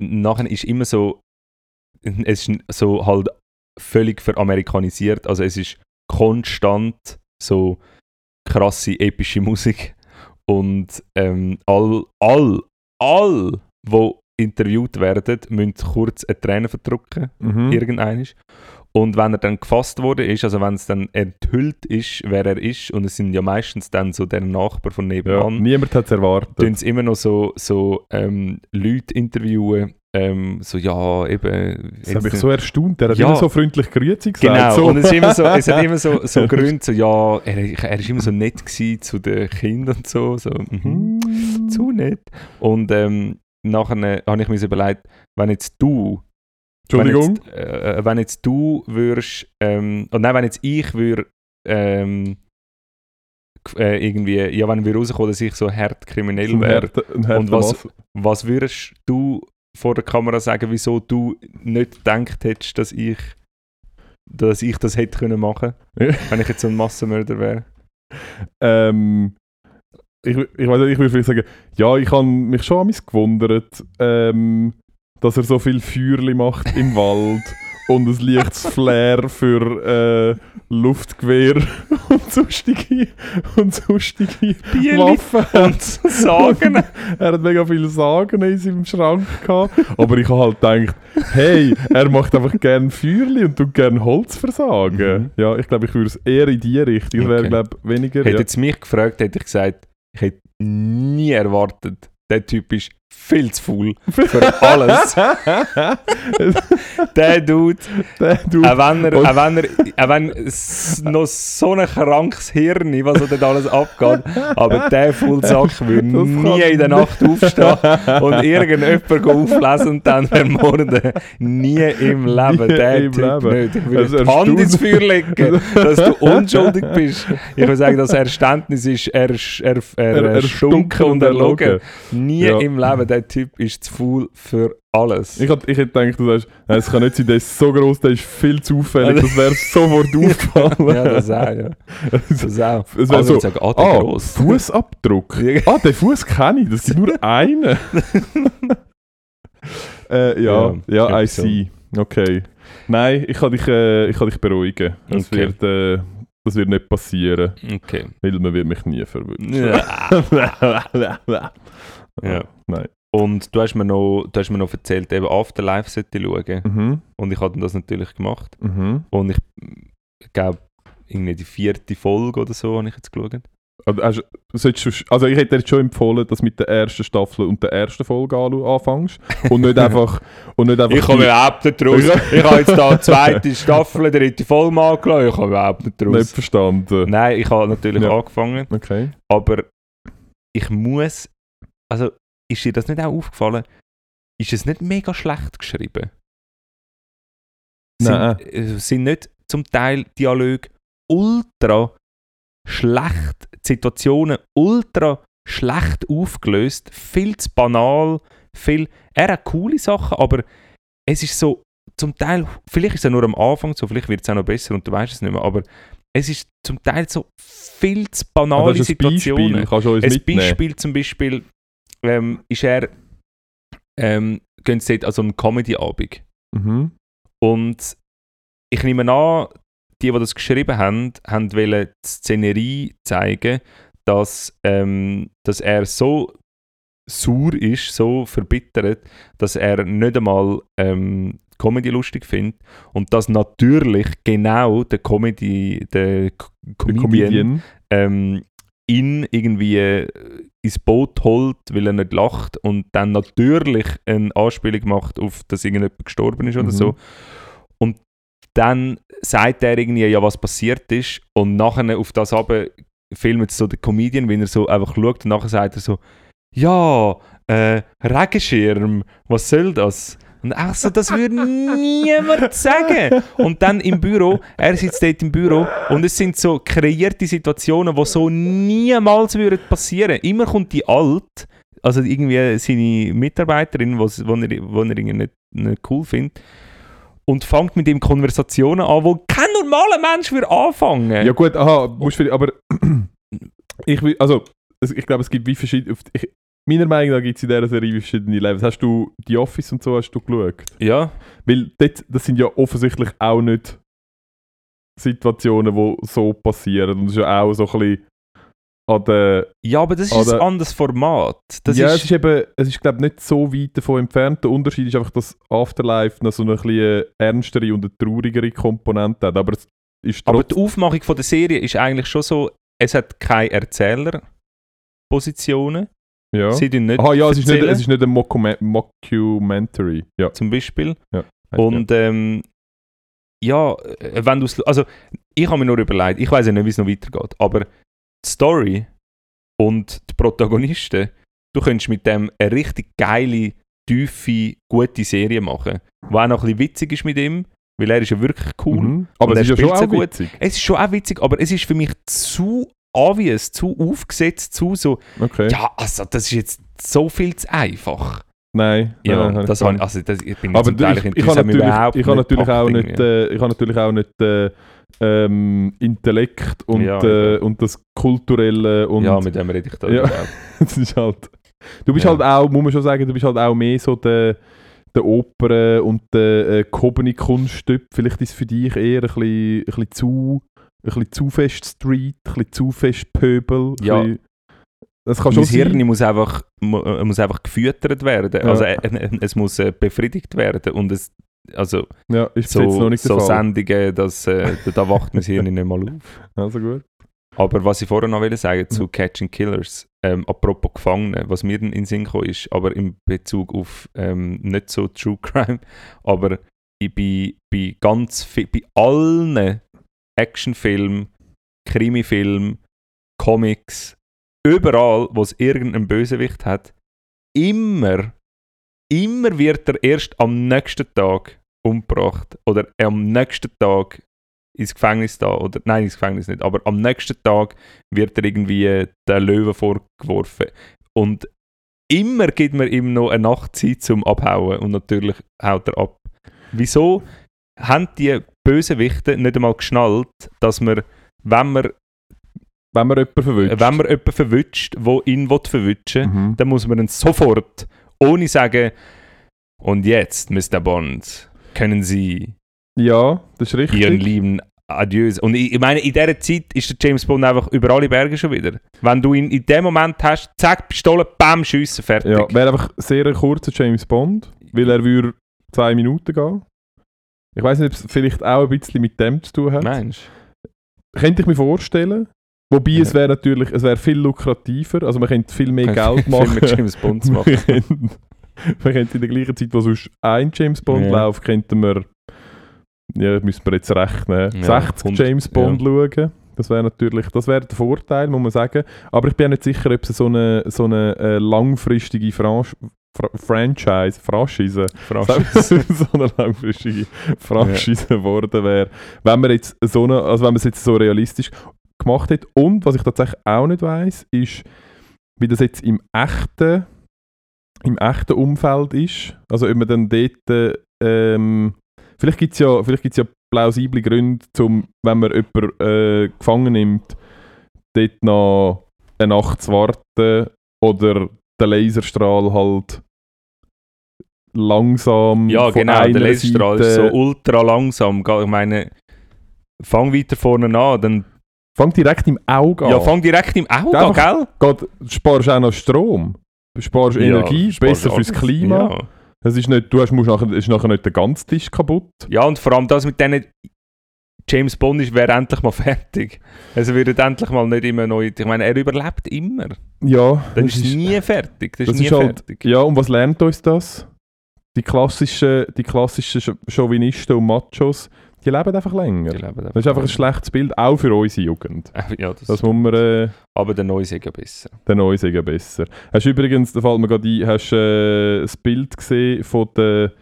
B: nachher ist immer so, es ist so halt völlig veramerikanisiert. Also es ist konstant so krasse, epische Musik. Und ähm, all, all, all, wo interviewt werden, müssen kurz eine Träne verdrücken.
A: Mhm.
B: irgendeines. Und wenn er dann gefasst wurde ist, also wenn es dann enthüllt ist, wer er ist, und es sind ja meistens dann so der Nachbar von
A: Ja,
B: nebenan,
A: niemand hat es
B: tun
A: erwartet.
B: sie immer noch so, so ähm, Leute interviewen, ähm, so ja, eben.
A: Das
B: jetzt
A: hat mich
B: nicht-
A: so erstaunt. Der hat
B: Ja.
A: immer so freundlich Grüezi gesagt.
B: genau,
A: so.
B: und es, ist immer so, es
A: (laughs)
B: hat immer so, so Gründe, so ja, er, er ist immer so nett gewesen zu den Kindern und so. so mhm
A: Mhm.
B: zu nett. Und ähm, nachher habe ich mir überlegt, wenn jetzt du.
A: Entschuldigung?
B: Wenn jetzt, äh, wenn jetzt du würdest. Ähm, oh nein, wenn jetzt ich würde. Ähm, g- äh, irgendwie. Ja, wenn wir rauskommen, dass ich so hart kriminell
A: Ein
B: wäre.
A: Härte- ein Härte
B: Und was-
A: Masse.
B: Was würdest du vor der Kamera sagen, wieso du nicht gedacht hättest, dass ich. Dass ich das hätte können
A: (laughs)
B: machen wenn ich jetzt so ein Massenmörder wäre?
A: ähm, ich, ich weiß nicht, ich würde vielleicht sagen, ja, ich habe mich schon an mich gewundert, ähm, dass er so viel Feuerli macht im Wald
B: (laughs)
A: und ein leichtes Flair für äh, Luftgewehr (laughs) und sonstige, und sonstige Waffen
B: und
A: (laughs)
B: Sagen!
A: er hat mega viele Sagen in seinem Schrank gehabt. Aber ich habe halt gedacht, hey, er macht einfach gerne Feuerli und tut gerne Holzversagen.
B: Mhm.
A: Ja, ich glaube, ich würde es eher in die Richtung. Es wäre,
B: Okay.
A: glaube ich, weniger.
B: Hätte
A: Ja.
B: jetzt mich gefragt, hätte ich gesagt, ich hätte nie erwartet, der Typ ist viel zu faul für alles. der Dude,
A: (laughs) Der du,
B: auch wenn er,
A: Und-
B: auch wenn er, auch wenn s- noch so ein krankes Hirn ist, was dort alles abgeht,
A: (laughs)
B: aber der Fullsack würde
A: Das kann
B: nie in der Nacht
A: (laughs)
B: aufstehen und irgendjemand gehen auflesen und dann ermorden. Nie im Leben,
A: Nie
B: der
A: im
B: Typ
A: Leben.
B: nicht. Ich würde
A: Also
B: die Hand
A: erstaunt-
B: ins Feuer legen, dass
A: (laughs)
B: du unschuldig bist. Ich würde sagen, das Erständnis ist er, er, er,
A: Er-
B: erstunken und erlogen. Nie
A: Ja.
B: im Leben, der Typ ist zu faul für alles.
A: Ich, hab- ich hätte gedacht, du sagst, nein, es kann nicht sein, der ist so groß, der ist viel zufällig, das wäre sofort
B: (laughs)
A: aufgefallen.
B: ja, das auch, ja. Das auch. Also,
A: Es wär
B: ich
A: so,
B: würd sagen, ah, der
A: ah,
B: gross. (laughs)
A: Fußabdruck. (laughs) ah, den Fuß kenne ich, das gibt nur einen. äh, ja, ja,
B: Ja,
A: I
B: irgendwie so.
A: see. Okay. Nein, ich kann dich, äh, ich kann dich beruhigen. Das,
B: Okay.
A: wird, äh, das wird nicht passieren,
B: Okay.
A: weil man wird mich nie verwirren.
B: Ja. Ah. Ja.
A: Nein.
B: Und du hast mir noch, du hast mir noch erzählt, eben Afterlife sollte ich schauen.
A: Mhm.
B: Und ich habe das natürlich gemacht.
A: Mhm.
B: Und ich glaube, irgendwie die vierte Folge oder so habe ich jetzt geschaut.
A: Also, hast, solltest du, also ich hätte dir jetzt schon empfohlen, dass du mit der ersten Staffel und der ersten Folge an- anfängst. Und
B: (laughs)
A: nicht einfach. und nicht einfach
B: Ich komme überhaupt nicht raus. Ich habe jetzt da die zweite Staffel, dritte Folge mal angeschaut. Ich komme überhaupt nicht
A: nicht
B: raus.
A: verstanden.
B: Nein, ich habe natürlich
A: Ja.
B: angefangen.
A: Okay.
B: Aber ich muss. Also, ist dir das nicht auch aufgefallen? Ist es nicht mega schlecht geschrieben?
A: Nein.
B: Sind, äh, sind nicht zum Teil Dialoge ultra schlecht, die Situationen ultra schlecht aufgelöst, viel zu banal, viel. Er hat coole Sachen, aber es ist so zum Teil, vielleicht ist es ja nur am Anfang so, vielleicht wird es auch noch besser und du weißt es nicht mehr, aber es ist zum Teil so viel zu
A: Also
B: banale
A: hast du ein
B: Situationen.
A: Beispiel, kannst du uns
B: Ein
A: mitnehmen.
B: Beispiel zum Beispiel ähm, ist er, ähm, gehen sie dort also einen Comedy-Abend.
A: Mhm.
B: Und ich nehme an, die, die das geschrieben haben, haben wollen die Szenerie zeigen, dass, ähm, dass er so sauer ist, so verbittert, dass er nicht einmal ähm, Comedy lustig findet und dass natürlich genau der Comedy, der K-
A: Der
B: Comedian, ähm, ihn irgendwie äh, ins Boot holt, weil er nicht lacht und dann natürlich eine Anspielung macht auf, dass irgendjemand gestorben ist oder
A: Mhm.
B: so. Und dann sagt er irgendwie, ja, was passiert ist und nachher auf das aber filmt so der Comedian, wenn er so einfach schaut und nachher sagt er so, ja, äh, Regenschirm, was soll das? Und auch so, das würde (laughs) niemand sagen. Und dann im Büro, er sitzt dort im Büro und es sind so kreierte Situationen, die so niemals würden passieren. Immer kommt die Alt, also irgendwie seine Mitarbeiterin, was, wo er, wo er irgendwie nicht, nicht cool findet, und fängt mit ihm Konversationen an, wo kein normaler Mensch würde anfangen.
A: Ja gut, aha, musst für, aber (clears throat) ich will, also es- ich glaube, es gibt wie verschiedene, auf- ich, meiner Meinung nach gibt es in dieser Serie wie verschiedene Levels. Hast du die Office und so hast du geschaut?
B: ja.
A: Weil dort, das sind ja offensichtlich auch nicht Situationen, die so passieren. Und es ist ja auch so ein bisschen an der...
B: Ja, aber das ist
A: Oder-
B: ein anderes Format. Das
A: ja, es
B: ist,
A: ist eben, es ist glaube ich nicht so weit davon entfernt. Der Unterschied ist einfach, dass Afterlife noch so eine ein bisschen ernstere und eine traurigere Komponente hat. Aber es ist
B: aber
A: trotzdem...
B: die Aufmachung von der Serie ist eigentlich schon so, es hat keine Erzählerpositionen.
A: ja.
B: Sie tun nicht
A: Aha, ja, es ist, nicht,
B: erzählen,
A: es ist nicht ein Mockume- Mockumentary. Ja.
B: zum Beispiel.
A: ja.
B: Und ähm, ja, äh, wenn du es- Also, ich habe mir nur überlegt, ich weiß ja nicht, wie es noch weitergeht, aber die Story und die Protagonisten, du könntest mit dem eine richtig geile, tiefe, gute Serie machen. Die auch noch ein bisschen witzig ist mit ihm, weil er ist ja wirklich cool.
A: Mhm. Aber
B: Und
A: es
B: er
A: ist ja schon
B: spielt
A: auch
B: sehr gut.
A: witzig.
B: Es ist schon auch witzig, aber es ist für mich zu obvious, zu aufgesetzt, zu so,
A: Okay.
B: ja, also das ist jetzt so viel zu einfach.
A: Nein.
B: Ja,
A: nein, hab ich
B: das
A: gar
B: habe
A: nicht.
B: ich, also das, ich bin
A: Aber
B: zum Teil
A: ich, ich,
B: das
A: habe
B: hat mich
A: natürlich,
B: überhaupt
A: ich habe natürlich auch
B: gepackt
A: nicht,
B: irgendwie.
A: äh, ich habe natürlich auch nicht äh, ähm, Intellekt und,
B: Ja,
A: äh,
B: eben.
A: und das Kulturelle und
B: ja, mit dem rede ich da
A: Ja.
B: überhaupt.
A: (laughs) das ist halt. Du bist
B: Ja.
A: halt auch, muss man schon sagen, du bist halt auch mehr so der, der Oper und der äh, gehobene Kunsttyp. Vielleicht ist es für dich eher ein bisschen, ein bisschen zu ein bisschen zu fest Street, ein bisschen zu fest Pöbel. ein
B: Ja.
A: bisschen- Das kann schon
B: Mein
A: sein.
B: Hirn muss einfach, mu- äh, muss einfach gefüttert werden.
A: Ja.
B: Also äh, äh, es muss äh, befriedigt werden. Und es, also
A: Ja, ist bis jetzt
B: so,
A: noch nicht
B: so
A: der Fall.
B: Sendungen, dass, äh, da- da wacht mein Hirn nicht mal auf.
A: Also gut.
B: Aber was ich vorher noch will sagen zu Catching Killers, ähm, apropos Gefangene, was mir dann in den Sinn gekommen ist, aber in Bezug auf ähm, nicht so True Crime, (laughs) aber ich bei, bei ganz vi- bei allen Actionfilmen, Krimifilmen, Comics, überall, wo es irgendeinen Bösewicht hat, immer, immer wird er erst am nächsten Tag umgebracht oder am nächsten Tag ins Gefängnis da oder nein ins Gefängnis nicht, aber äh, am nächsten Tag wird er irgendwie den Löwen vorgeworfen und immer gibt man ihm noch eine Nacht Zeit zum Abhauen und natürlich haut er ab. Wieso haben die Bösewichte nicht einmal geschnallt, dass man, wenn man,
A: Wenn man jemanden verwünscht.
B: wenn man jemanden verwünscht, wo ihn will verwünschen
A: mhm.
B: Äh, dann muss man ihn sofort, ohne sagen, und jetzt, Mr. Bond, können Sie
A: Ja, das ist richtig.
B: Ihren lieben Adieu. Und ich, ich meine, in dieser Zeit ist der James Bond einfach über alle Berge schon wieder. Wenn du ihn in dem Moment hast, zack, Pistole, bam, schiessen, fertig.
A: Ja, wäre einfach sehr ein kurzer James Bond, weil er würde zwei Minuten gehen. Ich weiß nicht, ob es vielleicht auch ein bisschen mit dem zu tun hat.
B: Meinst du?
A: Könnte ich mir vorstellen. Wobei
B: Ja.
A: es wäre natürlich, es wäre viel lukrativer, also man könnte viel mehr Geld
B: Film
A: machen.
B: mit James Bond zu machen.
A: (laughs) Wir könnten- wir könnten in der gleichen Zeit, wo sonst ein James Bond
B: Ja.
A: läuft, könnten wir, ja, müssen wir jetzt rechnen,
B: Ja,
A: 60
B: 100,
A: James Bond schauen. Das wäre natürlich, das wäre der Vorteil, muss man sagen. Aber ich bin auch nicht sicher, ob es so eine, so eine äh, langfristige Franch Fra Franchise, Franchise, (laughs) so eine langfristige Franchise geworden wäre, wenn man jetzt so eine, also wenn man es jetzt so realistisch gemacht hat. Und was ich tatsächlich auch nicht weiß, ist, wie das jetzt im echten, im echten Umfeld ist. Also ob man dann dort äh, ähm, vielleicht gibt es ja, vielleicht gibt's ja plausible Gründe, zum, wenn man jemanden äh, gefangen nimmt, dort noch eine Nacht zu warten oder den Laserstrahl halt langsam
B: Ja,
A: von
B: genau,
A: einer
B: der Laserstrahl ist so
A: Seite-
B: ultra langsam. Ga- Ich meine, fang weiter vorne an, dann
A: Fang direkt im Auge an.
B: ja, fang direkt im Auge an,
A: Einfach
B: gell?
A: Geht, sparst auch noch Strom. Sparst
B: Ja,
A: Energie,
B: sparst
A: besser
B: alles.
A: fürs Klima.
B: Ja.
A: Es ist nicht, du hast, musst nachher, ist nachher nicht der ganze Tisch kaputt.
B: ja, und vor allem das mit denen, James Bond ist, wäre endlich mal (laughs) fertig. Also wird endlich mal nicht immer neu. Ich meine, er überlebt immer.
A: Ja,
B: Dann
A: das
B: ist es nie fertig. Das ist
A: das
B: nie
A: ist halt-
B: fertig.
A: Ja, und was lernt uns das? Die klassischen, die klassischen Sch- Chauvinisten und Machos, die leben einfach länger.
B: Die leben
A: Das ist einfach ein schlechtes Bild, auch für unsere Jugend.
B: (laughs) Ja, das,
A: Das muss man äh,
B: aber der Neue ist ja besser.
A: den Neuen sagen besser. Hast du übrigens, da fällt mir gerade ein, hast du äh, das Bild gesehen von der...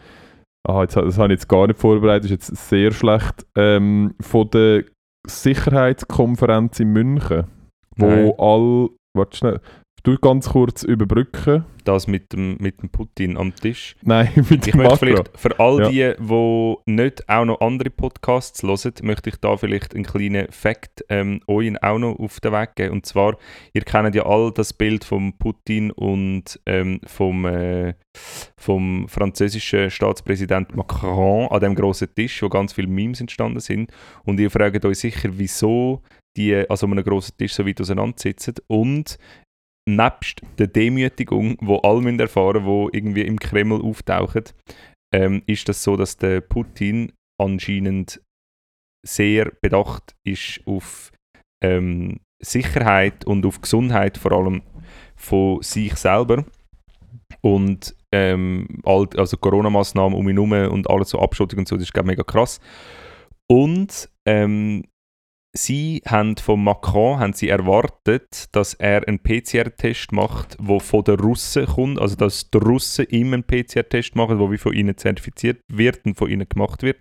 A: Ah, jetzt, das habe ich jetzt gar nicht vorbereitet, ist jetzt sehr schlecht. Ähm, von der Sicherheitskonferenz in München, wo
B: Nein.
A: all... Warte schnell. Du ganz kurz überbrücken.
B: Das mit dem, mit dem Putin am Tisch.
A: Nein, (laughs) mit
B: Ich
A: dem
B: möchte
A: Makro.
B: vielleicht für all die, die nicht auch noch andere Podcasts hören, möchte ich da vielleicht einen kleinen Fact ähm, euch auch noch auf den Weg geben. Und zwar, ihr kennt ja all das Bild von Putin und ähm, vom, äh, vom französischen Staatspräsident Macron an dem großen Tisch, wo ganz viele Memes entstanden sind. Und ihr fragt euch sicher, wieso die äh, also an einem großen Tisch so weit auseinandersitzen und nebst der Demütigung, wo alle müssen erfahren, wo irgendwie im Kreml auftauchen, ähm, ist das so, dass der Putin anscheinend sehr bedacht ist auf ähm, Sicherheit und auf Gesundheit vor allem von sich selber und ähm, all, also Corona-Massnahmen um ihn herum und alles so Abschottung und so, das ist glaube mega krass. Und ähm, sie haben von Macron haben sie erwartet, dass er einen PCR-Test macht, wo von den Russen kommt, also dass die Russen ihm einen PCR-Test machen, wo wie von ihnen zertifiziert wird und von ihnen gemacht wird.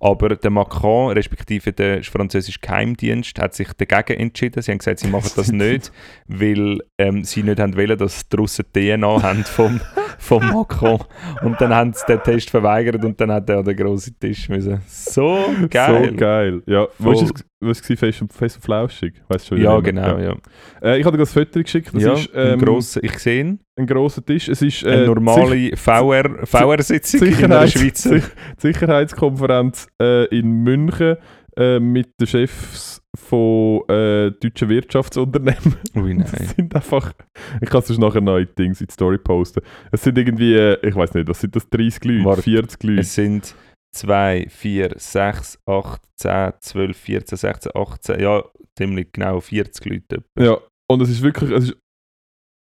B: Aber der Macron, respektive der französische Geheimdienst, hat sich dagegen entschieden. Sie haben gesagt, sie machen das nicht, weil ähm, sie nicht haben wollen, dass die Russen die DNA haben vom, vom Macron. Und dann haben sie den Test verweigert und dann hat er an den grossen Tisch müssen. So geil.
A: So geil. Ja,
B: Voll.
A: was war es? Was war fest, und- fest und flauschig? Weißt du schon
B: Ja,
A: wieder?
B: genau, ja.
A: Äh, ich habe dir das Foto geschickt. Das
B: ja,
A: ist
B: ein
A: ähm,
B: grosser, ich sehe ihn.
A: ein grosser Tisch. Es ist äh,
B: Eine
A: die
B: normale VR, VR-Sitzung in der
A: Sicherheit-
B: Schweiz.
A: Sich- Sicherheitskonferenz äh, in München äh, mit den Chefs von äh, deutschen Wirtschaftsunternehmen. (laughs)
B: Ui,
A: Das
B: nein.
A: sind einfach. Ich kann es sonst nachher neue Dings in die Story posten. Es sind irgendwie, äh, ich weiß nicht, was sind das? 30 Leute,
B: Warte.
A: 40 Leute.
B: Es sind 2, 4, 6, 8, 10, 12, 14, 16, 18, ja, ziemlich genau 40 Leute.
A: Ja, und es ist wirklich. Es ist,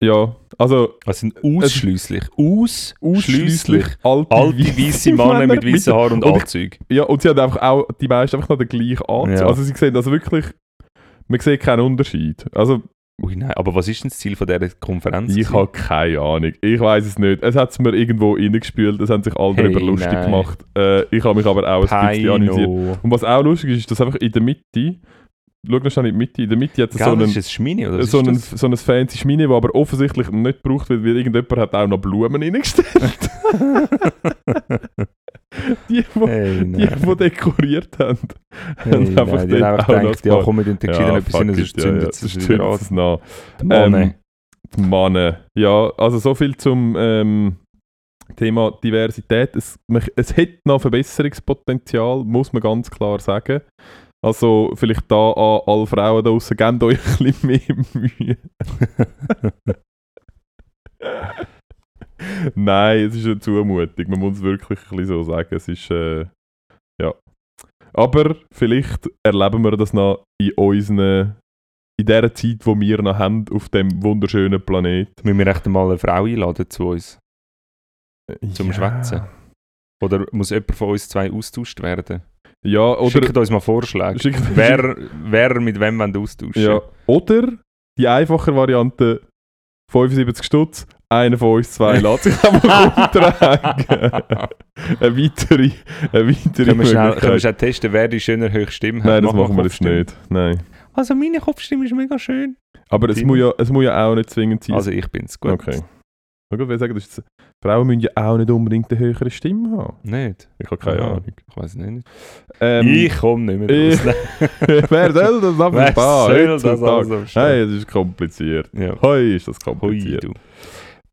A: ja, also
B: Das sind ausschliesslich, aus
A: ausschließlich
B: ausschliesslich
A: alte,
B: alte weiße Männer mit weißen Haaren und
A: und ich-
B: Anzügen.
A: Ja, und sie haben einfach auch die meisten einfach noch den gleichen Anzug.
B: Ja.
A: Also sie sehen also wirklich, man sieht keinen Unterschied. Also
B: Ui, nein. Aber was ist denn das Ziel von dieser Konferenz?
A: ich
B: gewesen?
A: habe keine Ahnung. Ich weiß es nicht. Es hat es mir irgendwo reingespült, es haben sich alle
B: Hey,
A: darüber lustig
B: nein.
A: gemacht. Äh, ich habe mich aber auch ein bisschen amüsiert.
B: Peino.
A: Und was auch lustig ist, ist, dass einfach in der Mitte schau noch schnell in die Mitte. In der Mitte hat es so
B: Gell, das
A: einen,
B: ist es Schmini oder was
A: so,
B: ist
A: einen,
B: das?
A: so einen fancy Schmini, der aber offensichtlich nicht gebraucht wird, weil irgendjemand hat auch noch Blumen
B: (laughs)
A: reingestellt. (laughs) die, die
B: Hey,
A: die,
B: nein.
A: die dekoriert haben.
B: Hey, nein, die haben einfach
A: einfach dort auch noch
B: gedacht,
A: ein
B: ja
A: paar-
B: komm, wir tun entschieden
A: Ja,
B: etwas
A: fuck
B: hin,
A: it,
B: sonst
A: ja,
B: zündet
A: ja,
B: es sich
A: sonst
B: wieder
A: zündet's
B: an.
A: noch.
B: Oh nein.
A: Die Mannen. Ja, also so viel zum ähm, Thema Diversität. Es, mich- es hätte noch Verbesserungspotenzial, muss man ganz klar sagen. Also vielleicht da an alle Frauen da draussen, gebt euch ein bisschen mehr Mühe. Nein, es ist eine Zumutung. Man muss es wirklich ein bisschen so sagen. Es ist, äh, ja. Aber vielleicht erleben wir das noch in unseren, in dieser Zeit, die wir noch haben, auf dem wunderschönen Planet.
B: Müssen wir echt mal eine Frau einladen zu uns?
A: äh,
B: Zum Schwätzen. Oder muss jemand von uns zwei austauscht werden?
A: Ja, oder...
B: Schickt uns mal Vorschläge.
A: Schickt-
B: wer, wer mit wem wollt austauschen (laughs)
A: Ja. (laughs) Oder die einfache Variante, 75 Stutz, einer von uns
B: (laughs)
A: zwei lässt sich einmal umtragen. eine weitere, eine weitere
B: Können wir, schnell,
A: Möglichkeit.
B: können wir schnell testen, wer die schöner höchste Stimme hat?
A: Nein, das
B: Mach mal
A: machen wir jetzt
B: Kopfstimme.
A: nicht. Nein.
B: Also meine Kopfstimme ist mega schön.
A: Aber es
B: Tim?
A: muss, ja, es muss ja auch nicht zwingend sein.
B: Also ich bin's, gut.
A: Okay. Na gut, wir sagen, das ist jetzt, Frauen müssen ja auch nicht unbedingt eine höhere Stimme haben.
B: Nicht?
A: Ich habe keine
B: Aha.
A: Ahnung.
B: Ich weiß nicht.
A: Ähm,
B: ich komme nicht mehr
A: ich-
B: raus.
A: (laughs) wer soll das ab
B: Wer
A: und da?
B: soll das
A: heutzutage?
B: also verstehen?
A: Hey, das ist kompliziert.
B: Ja.
A: Hoi, ist das
B: Hui,
A: kompliziert.
B: du.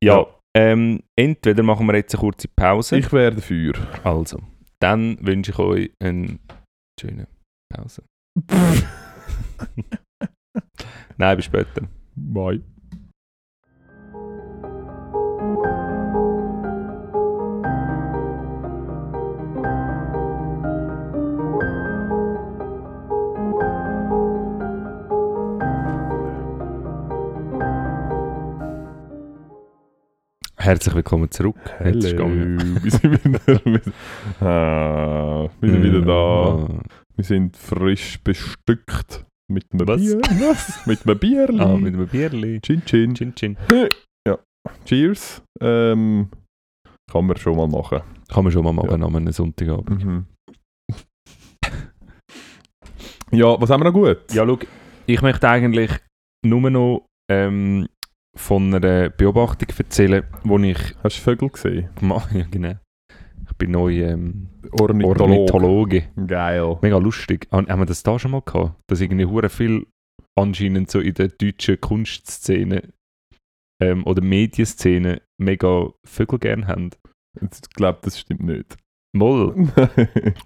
B: Ja,
A: Ja.
B: Ähm, entweder machen wir jetzt eine kurze Pause.
A: ich wäre
B: (laughs)
A: dafür.
B: also, dann wünsche ich euch eine schöne Pause.
A: (laughs)
B: Nein, bis später.
A: Bye.
B: Herzlich willkommen zurück. Jetzt ist gegangen.
A: wir (laughs) sind wieder, wir, sind- ah, wir sind wieder da. Wir sind frisch bestückt mit einem
B: Was?
A: Bier. Was? mit einem Bierli.
B: Ah, mit einem Bierli.
A: Chin Chin.
B: Chin, chin.
A: Cheers. Ähm, kann man schon mal machen.
B: Kann man schon mal machen
A: Ja.
B: an einem Sonntagabend.
A: ja, was haben wir noch gut?
B: Ja, schau, ich möchte eigentlich nur noch ähm, von einer Beobachtung erzählen, die ich
A: Hast du Vögel gesehen?
B: gemacht habe. (laughs) Ja, genau. Ich bin neu ähm,
A: Ornithologe.
B: Ornithologe.
A: Geil.
B: Mega lustig. Han- Haben wir das da schon mal gehabt? Dass irgendwie hure viel anscheinend so in der deutschen Kunstszene ähm, oder Medienszene mega Vögel gern haben.
A: Ich glaube, das stimmt nicht.
B: Moll,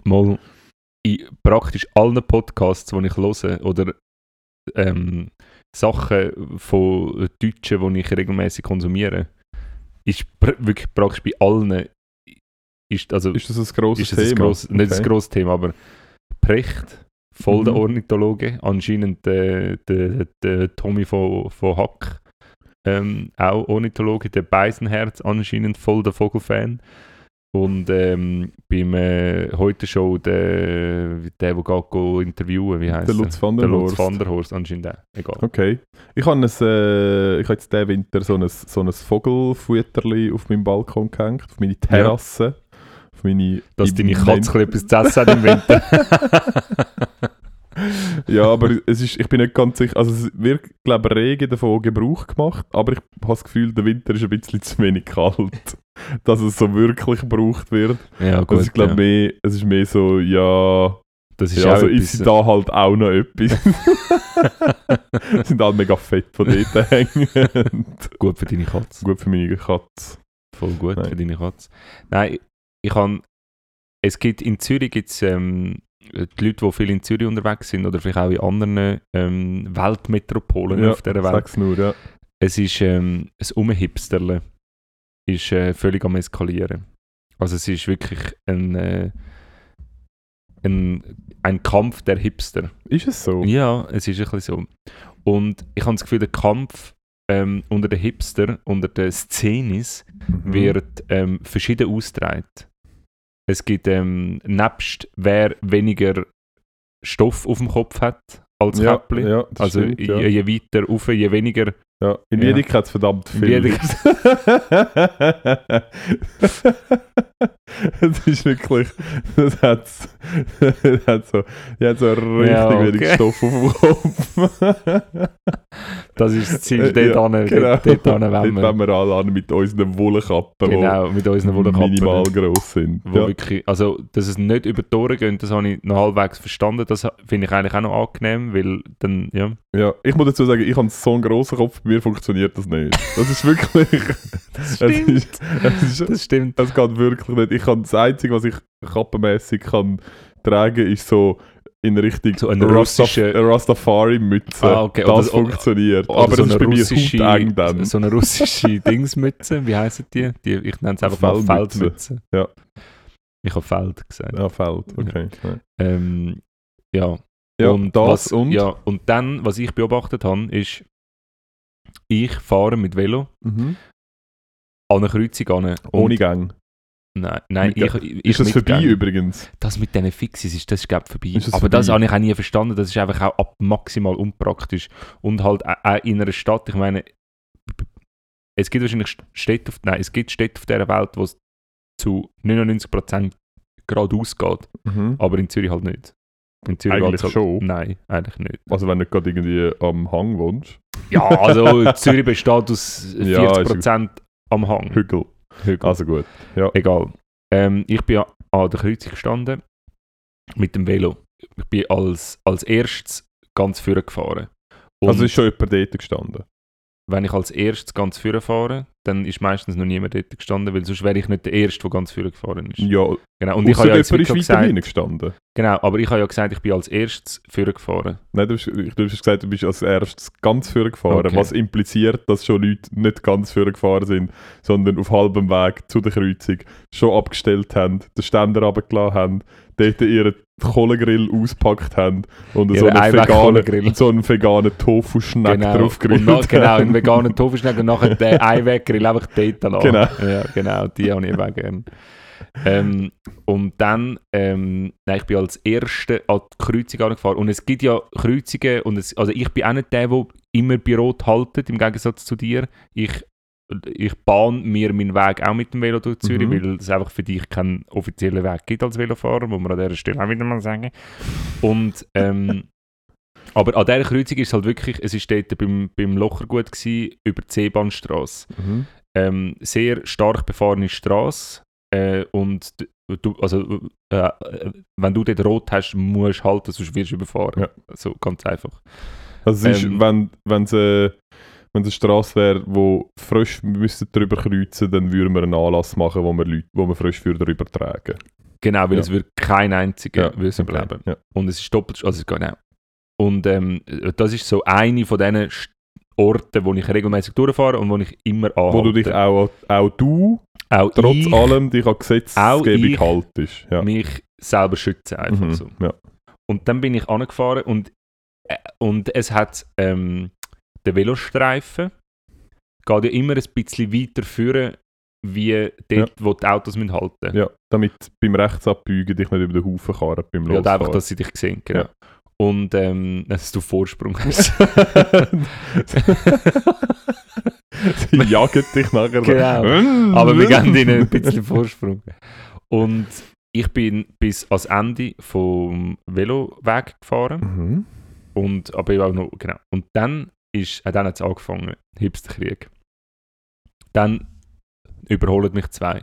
B: moll. In praktisch allen Podcasts, die ich höre oder ähm, Sachen von Deutschen, die ich regelmäßig konsumiere, ist pr wirklich praktisch bei allen ist, also,
A: (laughs) ist das ein grosses
B: ist das
A: Thema?
B: ein grosses, nicht
A: Okay.
B: ein grosses Thema, aber Precht, voll der
A: Mhm.
B: Ornithologe, anscheinend der, der, der Tommy von, von Hack, ähm, auch Ornithologe, der Beisenherz, anscheinend voll der Vogelfan. Und ähm, beim äh, Heute-Show, der, der, der geht go interviewen, wie heißt
A: Der Lutz van der
B: der Lutz
A: Horst.
B: van der Horst, anscheinend auch. Egal.
A: Okay. Ich habe ein, äh, ich habe jetzt diesen Winter so ein, so ein Vogelfutterli auf meinem Balkon gehängt, auf meine Terrasse. Auf meine
B: Dass deine
A: immen-
B: Katze etwas zu essen hat im Winter.
A: (laughs) Ja, aber es ist, ich bin nicht ganz sicher. Also es wird, glaube ich, rege davon Gebrauch gemacht, aber ich habe das Gefühl, der Winter ist ein bisschen zu wenig kalt, (laughs) dass es so wirklich gebraucht wird.
B: (laughs) ja,
A: Gut, es, ist, glaub,
B: ja.
A: mehr, es ist mehr so, ja,
B: Das ist
A: ja
B: auch
A: also
B: etwas- äh,
A: ist da halt auch noch
B: (laughs)
A: etwas. (laughs) sind alle mega fett von dort
B: (laughs)
A: hängend.
B: gut für deine Katze.
A: Gut für meine Katze.
B: Voll gut
A: Nein.
B: für deine Katze. Nein, ich kann. Es gibt in Zürich gibt's, ähm, die Leute, die viel in Zürich unterwegs sind oder vielleicht auch in anderen ähm, Weltmetropolen auf dieser Welt.
A: Sag's nur, ja.
B: Es ist ähm, ein Umhipsterle ist äh, völlig am Eskalieren. Also es ist wirklich ein, äh, ein, ein Kampf der Hipster.
A: Ist es so?
B: Ja, es ist ein bisschen so. Und ich habe das Gefühl, der Kampf ähm, unter den Hipster, unter den Szenis,
A: Mhm.
B: wird ähm, verschieden ausgetragen. Es gibt ähm, nebst, wer weniger Stoff auf dem Kopf hat als
A: ja,
B: Käppli.
A: ja, das
B: also
A: stimmt, ja.
B: je, je weiter rauf, je weniger.
A: ja. In
B: ja.
A: (laughs) Wiedekatz verdammt
B: In
A: viel.
B: Wiedekatz.
A: Das ist wirklich. Das hat, das hat so. Die hat so richtig
B: Ja,
A: wenig
B: okay.
A: Stoff auf dem (laughs) Kopf.
B: (laughs) Das ist das Ziel,
A: Äh, ja,
B: dort hin,
A: genau.
B: dort dort hin
A: Dort
B: wollen wir.
A: wollen wir alle an mit unseren Wollkappen,
B: Genau, mit
A: die
B: unseren Wollkappen.
A: minimal gross sind.
B: Wo
A: Ja.
B: wirklich, also, dass es nicht über die Tore geht, das habe ich noch halbwegs verstanden. Das finde ich eigentlich auch noch angenehm, weil dann, ja.
A: Ja. Ich muss dazu sagen, ich habe so einen grossen Kopf, bei mir funktioniert das nicht. Das (laughs) ist wirklich.
B: Das
A: (laughs) Es, ist, es, ist,
B: Das stimmt.
A: es geht wirklich nicht. Ich kann, das Einzige, was ich kappenmässig kann tragen, ist so in Richtung
B: So eine
A: Rastaf-
B: russische-
A: eine Rastafari-Mütze.
B: Ah, okay. Oder
A: Das
B: so-
A: funktioniert.
B: Oder
A: Aber
B: so
A: das ist
B: eine
A: bei mir
B: russische-
A: hauteng
B: (laughs)
A: dann.
B: So eine
A: (laughs)
B: russische Dingsmütze, wie heissen die? die ich nenne es einfach mal
A: Fellmütze.
B: Feldmütze.
A: Ja.
B: Ich habe Feld gesagt.
A: Ja, fällt. Okay. Ja,
B: Ähm, Mhm. ja.
A: ja
B: und
A: das
B: was,
A: und.
B: Ja, und dann, was ich beobachtet habe, ist, ich fahre mit Velo
A: Mhm.
B: an eine Kreuzung an. und-
A: Ohne Gang.
B: Nein, nein
A: Mit
B: ich, ich, ich
A: Ist das
B: mit
A: vorbei
B: Gang.
A: übrigens?
B: Das mit diesen Fixis ist, das ist glaube vorbei.
A: Ist das
B: Aber das
A: vorbei?
B: habe ich auch nie verstanden. Das ist einfach auch ab maximal unpraktisch. Und halt auch- auch in einer Stadt, ich meine, es gibt wahrscheinlich Städte auf, nein, es gibt Städte auf dieser Welt, wo es zu 99% geradeaus geht.
A: Mhm.
B: Aber in Zürich halt nicht. In Zürich
A: Eigentlich
B: geht's halt,
A: schon.
B: Nein, eigentlich nicht.
A: Also wenn du nicht gerade irgendwie am Hang wohnst.
B: Ja, also Zürich besteht aus
A: Ja, also ist
B: 40% am Hang.
A: Hügel. Also gut.
B: Egal. Ähm, ich bin an der Kreuzung gestanden mit dem Velo. Ich bin als, als erstes ganz vorne gefahren. Und
A: also ist schon jemand dort gestanden.
B: wenn ich als erstes ganz vorne fahre, dann ist meistens noch niemand dort gestanden, weil sonst wäre ich nicht der Erste, der ganz vorne gefahren ist.
A: Ja, und
B: Genau. Und ich habe ja jetzt
A: jemand
B: wirklich
A: ist weiter
B: gesagt,
A: hinten gestanden.
B: genau, aber ich habe ja gesagt, ich bin als erstes vorne gefahren.
A: Nein, du hast, ich- du hast gesagt, du bist als erstes ganz vorne gefahren,
B: Okay.
A: was impliziert, dass schon Leute nicht ganz vorne gefahren sind, sondern auf halbem Weg zu der Kreuzung schon abgestellt haben, den Ständer runtergelassen haben, dort ihren Kohlegrill ausgepackt haben und so
B: Ihren
A: einen veganen,
B: Einweg-Kohlegrill.
A: so einen veganen Tofu-Schneck
B: Genau. und na,
A: draufgegrillt
B: genau,
A: haben.
B: einen veganen Tofuschneck und nachher den Einweggrill einfach dort an.
A: Genau.
B: Ja, genau, die habe ich auch gerne. Ähm, und dann, ähm, nein, ich bin als Erste an die Kreuzung angefahren. Und es gibt ja Kreuzungen, und es, also ich bin auch nicht der, der immer bei Rot haltet, im Gegensatz zu dir. Ich, ich bahne mir meinen Weg auch mit dem Velo durch Zürich,
A: Mhm.
B: weil es einfach für dich keinen offiziellen Weg gibt als Velofahrer, muss man an dieser Stelle auch wieder mal sagen. Und, ähm, aber an dieser Kreuzung ist es halt wirklich, es war dort beim, beim Lochergut gewesen, über die Seebahnstrasse
A: Mhm.
B: ähm, sehr stark befahrene Straße äh, und d- du, also, äh, äh, wenn du dort rot hast, musst du halten, sonst wirst du überfahren.
A: Ja.
B: So ganz einfach.
A: Also es
B: Ähm.
A: ist, wenn wenn es äh, wenn es eine Straße wäre, wo frisch müsste drüber kreuzen, dann würden wir einen Anlass machen, wo wir Leute, wo wir frisch für drüber tragen.
B: Genau, weil
A: Ja.
B: es wird kein einziger
A: Ja,
B: ja, wissen bleiben.
A: Ja.
B: Und es ist doppelt, also genau. Und ähm, das ist so eine von diesen St- Orten, wo ich regelmäßig durchfahre und wo ich immer anhalte.
A: Wo du dich auch, auch du
B: auch
A: trotz
B: ich
A: allem dich
B: Auch
A: an
B: ich.
A: Gesetzgebung haltest. Ja.
B: mich selber schütze einfach
A: Mhm.
B: so.
A: ja.
B: Und dann bin ich angefahren und, äh, und es hat ähm, den Velostreifen geht ja immer ein bisschen weiter führen, wie dort, wo die Autos müssen halten müssen.
A: ja, damit beim Rechtsabbiegen dich nicht über den Haufen karren beim
B: Ja,
A: Losfahren.
B: einfach, dass sie dich sehen, genau.
A: Ja.
B: Und ähm, dass du
A: (laughs)
B: Vorsprung hast.
A: (laughs) Sie jagen dich nachher so.
B: Genau.
A: (laughs) Mm.
B: Aber wir geben ihnen ein bisschen Vorsprung. Und ich bin bis ans Ende vom Veloweg gefahren.
A: Mhm.
B: Und, aber ich war auch noch, genau. Und dann ist, äh, dann hat es angefangen, Hipsterkrieg. Dann überholen mich zwei.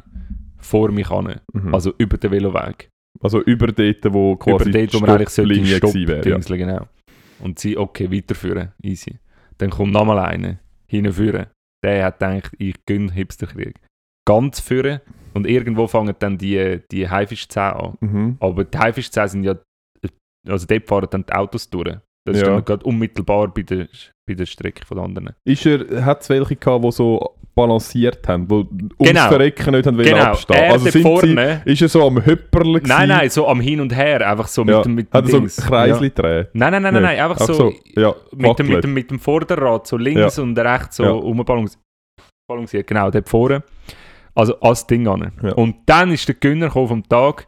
B: Vor mich an,
A: Mhm.
B: also über den Veloweg.
A: Also über dort, wo quasi
B: über dort, wo man eigentlich sollte
A: Stopplinie gewesen
B: stoppen,
A: wäre. Ja.
B: Dingsle, genau. Und sie, okay, weiterführen, easy. Dann kommt nochmal einer, hinführen. Der hat gedacht, ich gönne Hipsterkrieg. Ganz führen und irgendwo fangen dann die, die Haifischzähne an.
A: Mhm.
B: Aber die Haifischzähne sind ja. Also dort fahren dann die Autos durch. Das ist
A: Ja.
B: dann gerade unmittelbar bei der, bei der Strecke von den anderen.
A: Ist er, hat es welche gehabt, die so balanciert haben, die ums
B: Genau.
A: Verrecken nicht haben wollen abstehen
B: er
A: Also
B: dort
A: sind sie,
B: vorne.
A: ist er so am Hüpperl gewesen?
B: nein, nein, so am Hin und Her, einfach so
A: Ja.
B: mit dem mit dem
A: Hat er so ein
B: Dings.
A: Kreisli
B: Ja.
A: gedreht?
B: Nein, nein, nein, nein, nein, einfach
A: Ach
B: so,
A: ja,
B: mit, dem,
A: wackelt.
B: mit, dem, mit dem Vorderrad, so links und rechts, so
A: Ja.
B: ja. umbalanciert. Genau, dort vorne. Also als Ding an.
A: Ja.
B: Und dann ist der Gönner gekommen vom Tag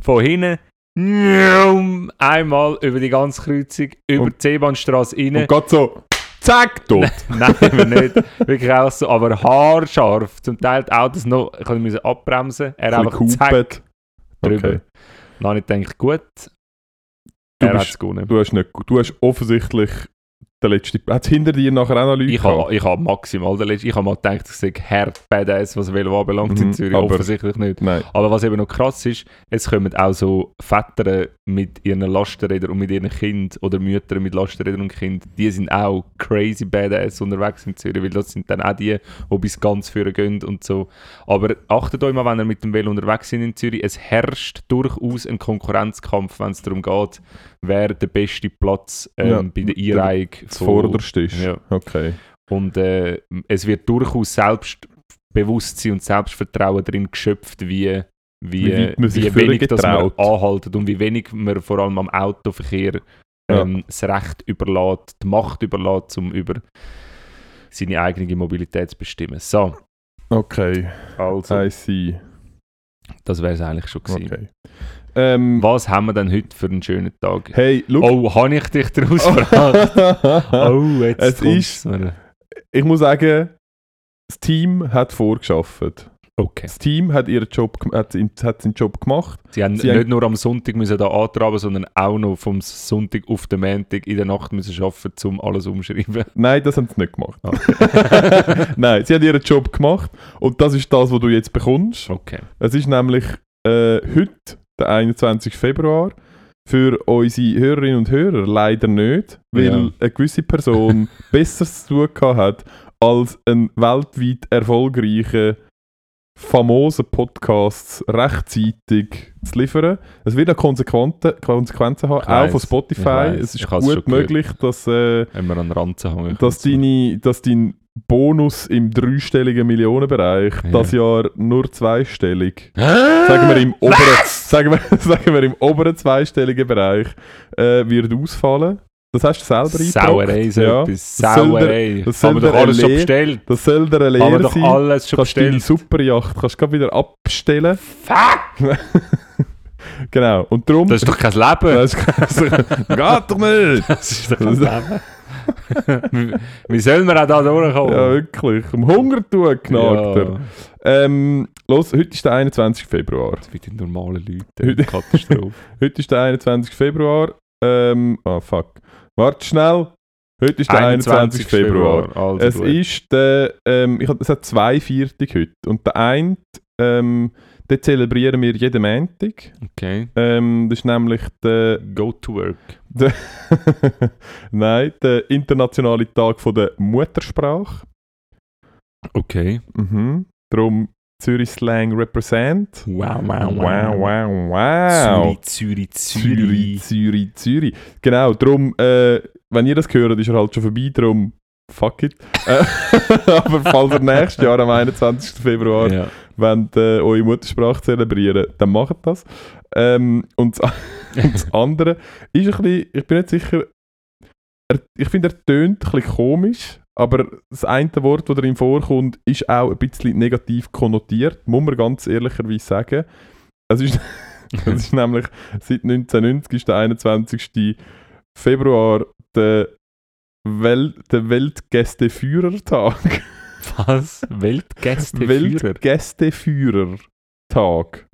B: von hinten. Einmal über die ganze Kreuzung, über
A: Und-
B: die Seebahnstraße rein.
A: Und geht so, Zack, tot.
B: Ne. (laughs) Nein, wir
A: (laughs)
B: nicht. Wirklich auch so, aber haarscharf. Zum Teil die Autos noch, ich musste abbremsen. Er
A: Ein
B: einfach
A: bisschen
B: zack,
A: gehupet.
B: drüber.
A: Okay.
B: Dann habe ich gedacht, gut,
A: Du
B: er hat
A: bist-
B: es gewonnen.
A: Du hast, nicht, gu- du hast offensichtlich den letzten... Hat es hinter dir nachher auch noch Leute
B: Ich habe ich hab maximal den letzten. Ich habe mal gedacht, ich sage hart badass, was Velo anbelangt
A: Mhm,
B: in Zürich.
A: aber-
B: Offensichtlich nicht.
A: Nein.
B: Aber was eben noch krass ist, es kommen auch so Väter mit ihren Lastenrädern und mit ihren Kind oder Mütter mit Lastenrädern und Kind. Die sind auch crazy badass unterwegs in Zürich, weil das sind dann auch die, die bis ganz führen gehen und so. Aber achtet euch mal, wenn ihr mit dem Velo unterwegs sind in Zürich, es herrscht durchaus ein Konkurrenzkampf, wenn es darum geht, wer der beste Platz ähm,
A: Ja,
B: bei der
A: der-
B: Einreihung
A: Das
B: von-
A: Vorderste ist.
B: Ja.
A: Okay.
B: und äh, es wird durchaus Selbstbewusstsein und Selbstvertrauen drin geschöpft, wie, wie,
A: Wie weit man sich
B: wie wenig dass man
A: vorgetraut.
B: anhaltet und wie wenig man vor allem am Autoverkehr
A: Ja.
B: ähm, das Recht überlässt, die Macht überlässt, um über seine eigene Mobilität zu bestimmen. So,
A: Okay.
B: also,
A: I see.
B: das wäre es eigentlich schon gewesen.
A: Okay. Ähm,
B: Was haben wir denn heute für einen schönen Tag?
A: hey, schau.
B: Oh, habe ich dich
A: (laughs)
B: daraus verraten? Oh, jetzt
A: Es
B: kommt's mir.
A: ich muss sagen, das Team hat vorgeschafft.
B: Okay.
A: Das Team hat, ihren Job, gem- hat, ihn- hat seinen Job gemacht.
B: Sie haben
A: Sie
B: nicht
A: haben-
B: nur am Sonntag müssen da antraben, sondern auch noch vom Sonntag auf den Montag in der Nacht müssen arbeiten, um alles
A: (laughs)
B: umschreiben.
A: Nein, das haben sie nicht gemacht.
B: Ah.
A: (laughs) Nein, sie haben ihren Job gemacht. Und das ist das, was du jetzt bekommst.
B: Okay.
A: Es ist nämlich äh, heute, der 21. Februar, für unsere Hörerinnen und Hörer leider nicht, weil
B: Ja.
A: eine gewisse
B: (laughs)
A: Person Besseres zu tun gehabt hat als einen weltweit erfolgreichen, famosen Podcast rechtzeitig zu liefern. Es wird auch Konsequenzen, Konsequenzen haben,
B: Ich
A: auch
B: weiss,
A: von
B: ich
A: Spotify.
B: weiss,
A: Es ist
B: ich hab's schon
A: gut
B: gehört.
A: möglich, dass, äh,
B: Wenn wir an den Rand hängen.
A: dass, deine, dass dein Bonus im dreistelligen Millionenbereich
B: Ja.
A: das Jahr nur zweistellig sagen
B: Sagen
A: wir im oberen, sagen wir, (laughs) sagen wir im oberen zweistelligen Bereich äh, wird ausfallen. Das hast du selber
B: Sauerei ist
A: ja.
B: etwas.
A: Das soll der-
B: Sauerei.
A: das soll
B: Haben wir doch
A: der
B: alles schon
A: Lehr-
B: bestellt.
A: Das soll dir eine
B: Haben wir
A: Lehre
B: doch
A: sein.
B: alles schon
A: Kannst deine
B: bestellt.
A: Superjacht kannst du grad wieder abstellen.
B: Fuck!
A: (laughs) Genau. Und darum...
B: Das ist doch kein Leben.
A: (laughs) Das ist- Geht doch
B: (laughs)
A: nicht!
B: Das ist doch kein Leben.
A: (laughs)
B: Wie- Wie sollen wir auch da durchkommen?
A: Ja, wirklich. Um Hunger tun, knackt er.
B: Oh. Ja,
A: Ähm, los, heute ist der 21. Februar.
B: Das sind die normalen Leute.
A: Heute- (laughs)
B: Katastrophe.
A: Heute ist der 21. Februar. Ähm, ah, fuck. Warte schnell. Heute ist der 21. Februar.
B: Also
A: Es
B: gut.
A: ist der, ähm, ich, hab- es hat zwei Viertig heute. Und der eine, ähm, den zelebrieren wir jeden Montag.
B: Okay.
A: Ähm, das ist nämlich der,
B: Go to work.
A: der (laughs) Nein, der internationale Tag von der Muttersprache.
B: Okay.
A: Mhm. Darum Zürich Slang Represent.
B: Wow, wow,
A: Wow,
B: wow.
A: wow, wow.
B: Zürich, Zürich,
A: (laughs) Zürich, Zürich, Zürich. Genau, darum, äh, wenn ihr das hört, ist er halt schon vorbei, darum fuck it. (laughs) Äh, Aber falls ihr nächstes Jahr am 21. Februar
B: Ja.
A: wollt, äh, eure Muttersprache zelebrieren, dann macht das. Ähm, und das das andere ist ein bisschen, ich bin nicht sicher, er, ich finde, er tönt ein bisschen komisch, aber das eine Wort, das darin vorkommt, ist auch ein bisschen negativ konnotiert, muss man ganz ehrlicherweise sagen. Es ist, (laughs) es ist nämlich seit 1990 ist der 21. Februar der, Wel der Weltgästeführertag.
B: Was? Weltgästeführer?
A: Weltgästeführertag.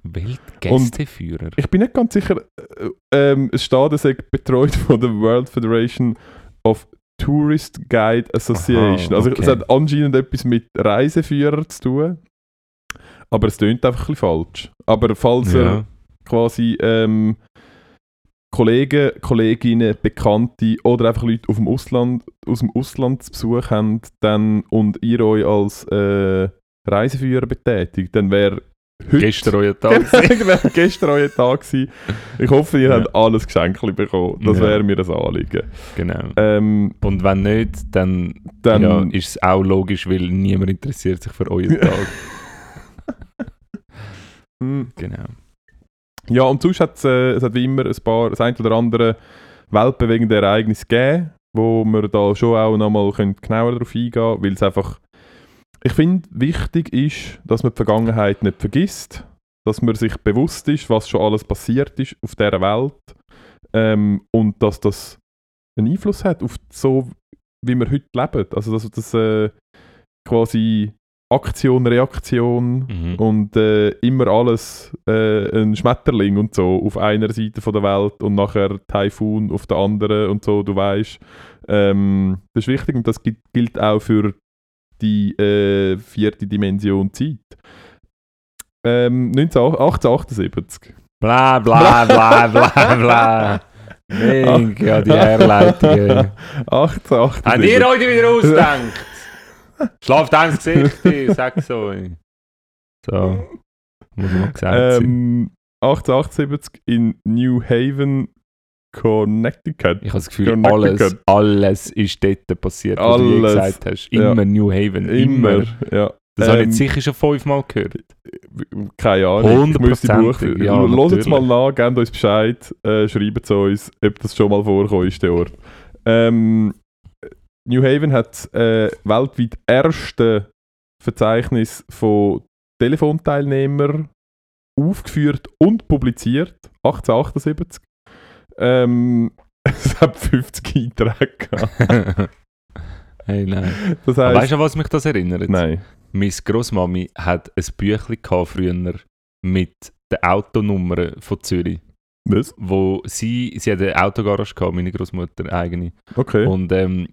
B: Weltgästeführer?
A: Ich bin nicht ganz sicher, äh, ähm, es steht, es sei betreut von der World Federation of Tourist Guide Association.
B: Aha,
A: also
B: okay.
A: es hat anscheinend etwas mit Reiseführer zu tun. Aber es tönt einfach ein bisschen falsch. Aber falls ihr
B: ja.
A: quasi ähm, Kollegen, Kolleginnen, Bekannte oder einfach Leute auf dem Ausland, aus dem Ausland zu Besuch habt dann, und ihr euch als äh, Reiseführer betätigt, dann wäre heute... (laughs)
B: Gestern euer Tag.
A: Genau, wäre gestern euer Tag gewesen. Ich hoffe, ihr
B: Ja.
A: habt alles Geschenke bekommen. Das
B: Ja.
A: wäre mir ein Anliegen.
B: genau.
A: Ähm,
B: Und wenn nicht, dann,
A: dann,
B: ja, ist es auch logisch, weil niemand interessiert sich für
A: (laughs)
B: euren Tag.
A: Mm.
B: genau.
A: ja, und sonst hat äh, es hat wie immer ein paar, das ein oder andere weltbewegende Ereignis gegeben, wo wir da schon auch nochmal genauer darauf eingehen können, weil es einfach, ich finde, wichtig ist, dass man die Vergangenheit nicht vergisst, dass man sich bewusst ist, was schon alles passiert ist auf dieser Welt ähm, und dass das einen Einfluss hat auf so, wie wir heute leben. Also dass das äh, quasi Aktion, Reaktion
B: Mhm.
A: und äh, immer alles äh, ein Schmetterling und so auf einer Seite von der Welt und nachher Taifun auf der anderen und so, du weißt. Ähm, das ist wichtig und das gilt, gilt auch für die äh, vierte Dimension Zeit. Ähm, 1878.
B: Bla bla
A: (laughs)
B: bla bla bla.
A: Oh.
B: Mega, die eh. Herleitungen.
A: 1878.
B: Habt ihr heute wieder ausgedacht?
A: (laughs)
B: Schlaft eins Gesicht, ich sag so. So. Muss man gesagt sein.
A: Ähm, 1878 in New Haven, Connecticut.
B: Ich habe das Gefühl,
A: Connecticut.
B: alles, alles ist dort passiert, was du je
A: Alles.
B: gesagt hast.
A: Ja.
B: Immer New Haven, immer.
A: Immer. Ja.
B: Das habe ich jetzt
A: Ähm,
B: sicher schon fünfmal
A: (laughs)
B: gehört.
A: Keine Ahnung. Ich müsste
B: Hundertprozentig,
A: buchen.
B: ja,
A: Hört es
B: natürlich.
A: mal nach, gebt uns Bescheid, äh, schreibt zu uns, ob das schon mal vorkommt, ist der Ort. Ähm, New Haven hat äh, weltweit erste Verzeichnis von Telefonteilnehmern aufgeführt und publiziert, 1878. Ähm, (laughs) es hat 50 Einträge gehabt.
B: (laughs) hey, nein.
A: Das
B: Aber Ah,
A: heisst,
B: weißt du, an was mich das erinnert?
A: nein.
B: Meine Grossmami hat ein Büchlein gehabt früher mit den Autonummern von Zürich.
A: Was?
B: Wo sie, sie hat eine Autogarage gehabt, meine Großmutter eigene.
A: Okay.
B: Und, ähm,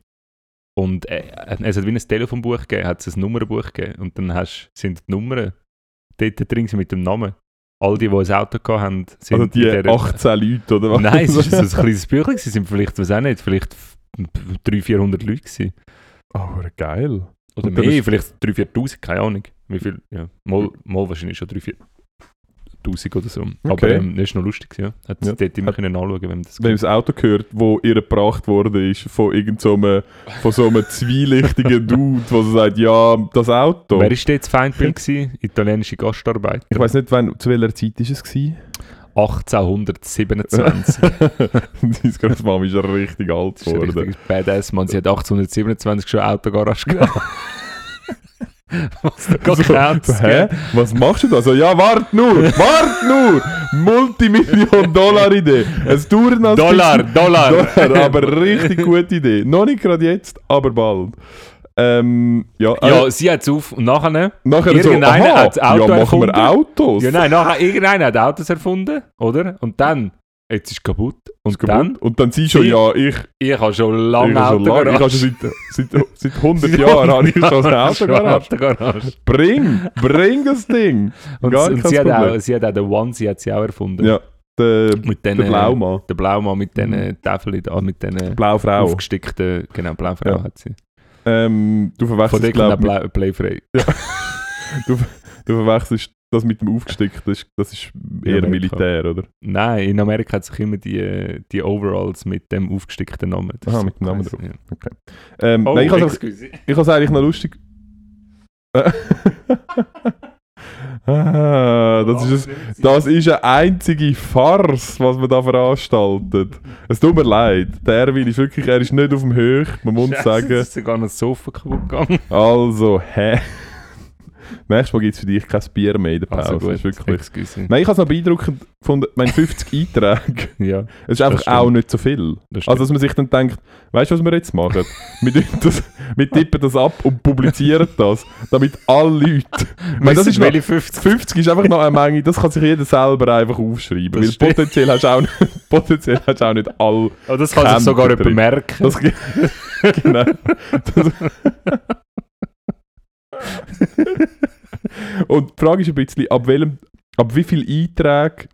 B: und äh, es hat wie ein Telefonbuch gegeben, hat es ein Nummernbuch gegeben. Und dann hast, sind die Nummern dort drin gewesen mit dem Namen. All die, die ein Auto gehabt haben, sind
A: also die
B: in dieser-
A: 18 Leute, oder was?
B: Nein, es
A: (laughs)
B: ist ein kleines Büchlein, sie sind vielleicht, was auch nicht, vielleicht 300, 400 Leute gewesen.
A: Aber Ah, geil.
B: Oder
A: Und dann
B: mehr,
A: ist- Mhm.
B: vielleicht 3.000, 4.000, keine Ahnung. Wie viel, ja. Mal, mal wahrscheinlich schon 3.000, 4.000 oder so. Aber
A: Okay.
B: ähm, das ist noch lustig, ja. Hat
A: Ja.
B: ja. dort immer
A: Hat-
B: können anschauen, wenn das
A: wenn man das Auto gehört, wo ihr gebracht worden ist von irgend so einem, von so einem
B: (laughs)
A: zwielichtigen Dude, der so sagt, ja, das Auto.
B: Wer ist dort das
A: (laughs)
B: Feindbild gewesen? Italienische Gastarbeiter.
A: ich weiß nicht, wann, zu welcher Zeit ist es war.
B: (laughs) 1827.
A: (laughs) Deine Großmama ist ja richtig alt
B: das ist ein
A: geworden.
B: richtiges Badass, man. Sie hat 1827 schon Autogarage
A: (laughs)
B: gehabt. Was da
A: So,
B: gerade gehabt
A: so, hä? Was machst du da? So, ja, wart nur, wart nur! Multimillion-Dollar-Idee. Es dauert noch ein
B: Dollar, Dollar!
A: Dollar,
B: (laughs)
A: aber richtig gute Idee. Noch nicht gerade jetzt, aber bald. Ähm, ja,
B: Ja, sie hat es auf und nachher...
A: nachher so,
B: irgendeiner
A: aha,
B: hat's Auto
A: ja, machen
B: erfunden.
A: wir Autos.
B: Ja, nein, nachher, irgendeiner hat Autos erfunden, oder? Und dann, jetzt ist es kaputt. Und
A: Kaputt.
B: dann,
A: Und dann siehst du schon,
B: Sie-
A: ja, ich,
B: ich habe schon
A: ich
B: lange
A: habe schon lange, ich habe
B: Autogarage.
A: schon seit, seit,
B: (laughs)
A: seit 100 Jahren habe ich schon eine Autogarage.
B: Autogarage.
A: Bring, bring
B: (laughs)
A: das Ding!
B: Und,
A: Gar
B: und
A: kein
B: sie, hat
A: Problem.
B: auch, sie hat auch den One, sie hat sie auch erfunden.
A: Ja, der,
B: Mit den, äh,
A: der Blaumann, Mhm.
B: Der Blaumann mit diesen Tafeln da, mit äh, diesen
A: Blaufrau.
B: aufgestickten, genau, Blaufrau
A: Ja.
B: hat sie.
A: Ähm, du
B: Von
A: verwechselst,
B: dort kommt auch
A: glaub, mit,
B: Blau- Playfrei.
A: du verwechselst das mit dem Aufgestickten, das, ist- das ist eher
B: Amerika.
A: Militär, oder?
B: Nein, in Amerika hat sich immer die, die Overalls mit dem aufgestickten Namen. Das
A: Aha,
B: ist
A: mit dem Namen
B: crazy,
A: drauf.
B: ja.
A: Ähm,
B: Oh,
A: nein, ich habe es
B: excuse.
A: ich has eigentlich noch lustig... Äh, (laughs) ah,
B: Oh,
A: das ist ein Das ist eine einzige Farce, was man da veranstaltet. Es tut mir leid. Der Erwin ist wirklich, er ist nicht auf dem Höch, man muss
B: Scheiße,
A: sagen.
B: Es ist sogar noch das Sofa kaputt
A: (laughs)
B: gegangen.
A: Also, hä? Nächstes Mal gibt es für dich kein Bier mehr in der Pause.
B: Also gut,
A: Das ist wirklich.
B: excuse.
A: Nein, ich habe es noch beeindruckend gefunden. Ich meine, 50 Einträge.
B: Ja,
A: Es ist einfach
B: stimmt.
A: auch nicht so viel.
B: das
A: Also, dass man sich dann denkt, weißt du, was wir jetzt machen? Wir, (laughs) tun das, wir tippen das ab und publizieren das, damit alle Leute. Ich meine, das ist noch-
B: 50.
A: 50 ist einfach noch eine Menge, das kann sich jeder selber einfach aufschreiben.
B: Das
A: weil
B: stimmt.
A: potenziell hast, du auch nicht, (laughs) potenziell hast du auch nicht all.
B: Oh, das kann
A: Camp
B: sich sogar jemand
A: drin.
B: merken.
A: Das, ge- (laughs) genau. Das Und die Frage ist ein bisschen, ab, welchem, ab wie viel Einträge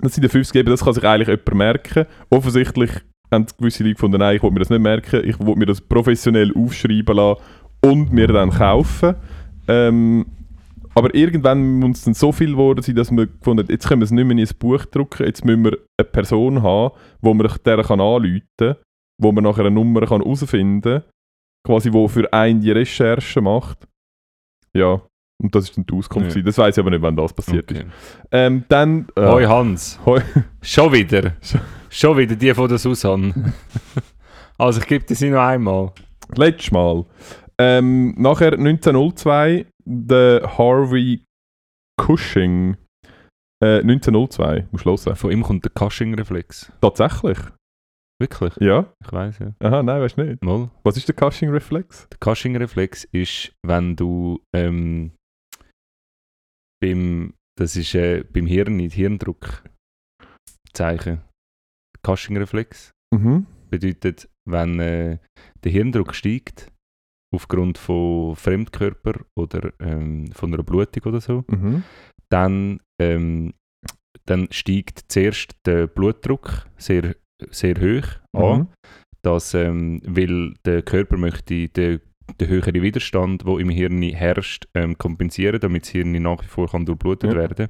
A: das in den 50 geben, das kann sich eigentlich jemand merken. Offensichtlich haben gewisse Leute gefunden, nein, ich will mir das nicht merken, ich will mir das professionell aufschreiben lassen und mir dann kaufen. Ähm, aber irgendwann muss es dann so viel geworden sein, dass wir gefunden haben, jetzt können wir es nicht mehr in ein Buch drucken, jetzt müssen wir eine Person haben, wo man der kann anrufen kann, wo man nachher eine Nummer kann herausfinden kann, quasi wo für einen die Recherche macht. Ja, und das ist dann die Auskunft.
B: Ja.
A: gewesen. Das weiß ich aber nicht, wann das passiert ist.
B: Okay. Oh
A: Ähm, dann... äh,
B: Hoi Hans.
A: Hoi.
B: Schon wieder.
A: Schon-
B: Schon wieder die von der Susan. (laughs) also ich gebe dir sie noch einmal.
A: Letztes Mal. Ähm, nachher 1902, der Harvey Cushing. Äh, 1902, musst du hören.
B: Von ihm kommt der Cushing-Reflex.
A: Tatsächlich.
B: Wirklich?
A: Ja?
B: Ich weiß ja.
A: Aha, nein, weißt du nicht.
B: Mal.
A: Was ist der Cushing-Reflex?
B: Der Cushing-Reflex ist, wenn du ähm, beim, das ist äh, beim Hirn, nicht Hirndruck, Zeichen. Cushing-Reflex
A: Mhm.
B: bedeutet, wenn äh, der Hirndruck steigt, aufgrund von Fremdkörper oder ähm, von einer Blutung oder so,
A: Mhm.
B: dann, ähm, dann steigt zuerst der Blutdruck sehr, sehr hoch an
A: Mhm.
B: dass, ähm, weil der Körper möchte den, den höheren Widerstand, der im Hirn herrscht, ähm, kompensieren, damit das Hirn nach wie vor kann durchblutet
A: Ja.
B: werden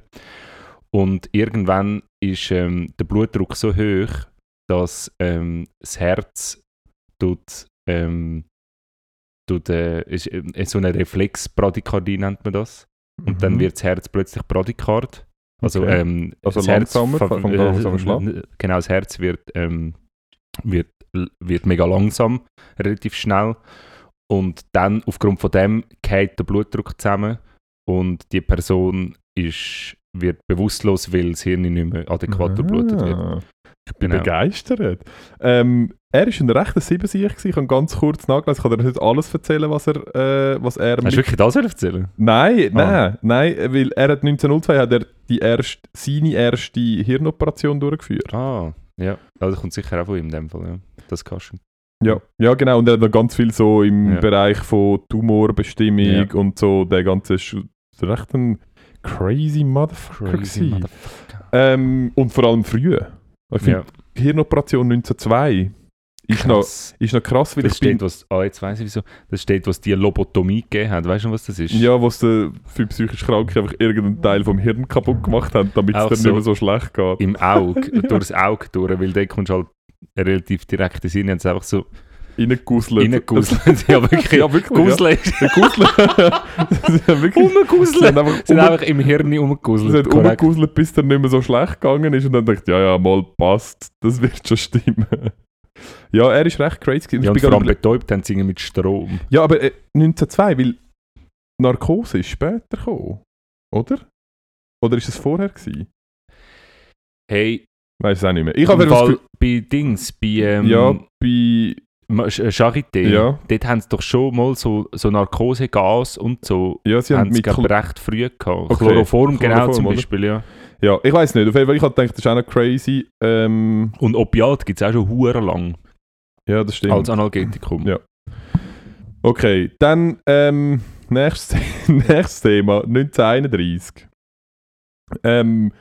B: Und irgendwann ist ähm, der Blutdruck so hoch, dass ähm, das Herz tut, ähm, tut, äh, ist, äh, so eine Reflex-Bradykardie nennt man das. Und dann
A: Mhm.
B: wird das Herz plötzlich Bradykard. Also,
A: Okay.
B: ähm,
A: Also
B: das Herz
A: langsamer,
B: ver-
A: fängt an langsam zu schlagen.
B: äh, Genau, das Herz wird, ähm, wird, wird mega langsam, relativ schnell. Und dann, aufgrund von dem, geht der Blutdruck zusammen und die Person ist, wird bewusstlos, weil das Hirn nicht mehr adäquat durchblutet wird.
A: Ah, Ich bin
B: Genau.
A: begeistert. Ähm, er war ein rechter Siebensieg. gewesen. Ich habe ganz kurz nachgelesen. Ich kann dir nicht alles erzählen, was er, äh, was er
B: Hast du wirklich das erzählen?
A: Nein,
B: Ah.
A: nein, nein, weil er hat 1902 hat er die erste, seine erste Hirnoperation durchgeführt.
B: Ah, ja. Ja, Das kommt sicher auch von ihm in dem Fall, ja. Das kannst du.
A: Ja, ja genau, und er hat noch ganz viel so im
B: Ja.
A: Bereich von Tumorbestimmung
B: Ja.
A: und so, der ganze ist recht ein crazy Motherfucker.
B: Crazy
A: gewesen.
B: motherfucker.
A: ähm, und vor allem früh. Ich finde,
B: Ja,
A: Hirnoperation 1902 ist noch,
B: krass.
A: ist noch krass, weil
B: Das
A: ich bin,
B: steht, was, ah, jetzt weiss ich wieso, das steht, was die Lobotomie gegeben hat. Weißt du, noch, was das ist?
A: ja, was der für psychisch Kranke einfach irgendeinen Teil vom Hirn kaputt gemacht haben, damit es
B: Auch
A: dann
B: so.
A: nicht mehr so schlecht geht.
B: Im
A: (laughs)
B: Auge,
A: Ja.
B: durchs Auge durch, weil dann kommst du halt relativ direkt in den Sinn, haben sie einfach so
A: Reingegusselt.
B: reingeguselt. ja, wirklich.
A: (laughs) Ja, wirklich. ja.
B: Guseln.
A: Der Gusel. (laughs) das ist ja wirklich. Sie
B: Umguseln.
A: haben
B: (laughs)
A: einfach
B: Sie sind
A: um,
B: einfach im Hirn
A: sie
B: umgeguselt.
A: haben
B: korrekt.
A: umgeguselt, bis der nicht mehr so schlecht gegangen ist und dann dachte ich, ja, ja, mal passt, das wird schon stimmen. (laughs) Ja, er ist recht crazy. gewesen. Ich
B: Ja, und
A: bin
B: vor allem
A: gerade überle-
B: betäubt haben sie irgendwie mit Strom.
A: ja aber äh, 1902, weil Narkose ist später gekommen, oder? Oder ist es vorher gewesen?
B: Hey,
A: Weiß es auch nicht mehr. Ich habe
B: im
A: das
B: Fall
A: Gefühl-
B: bei Dings, bei ähm,
A: ja, bei,
B: Ma- Sch- äh, Charité,
A: ja,
B: dort haben sie doch schon mal so, so Narkosegas und so,
A: ja, sie haben
B: haben sie
A: mit
B: glaub,
A: Kl-
B: recht früh gehabt.
A: Okay.
B: Chloroform, genau,
A: Chloroform,
B: zum
A: oder?
B: Beispiel, ja.
A: ja, ich weiß nicht. Auf jeden Fall, ich habe gedacht, das ist auch noch crazy. Ähm,
B: Und Opiat gibt es auch schon hure lang
A: ja, das stimmt.
B: als Analgetikum.
A: Ja. Okay, dann ähm, nächstes, (laughs) nächstes Thema, 1931. Ähm,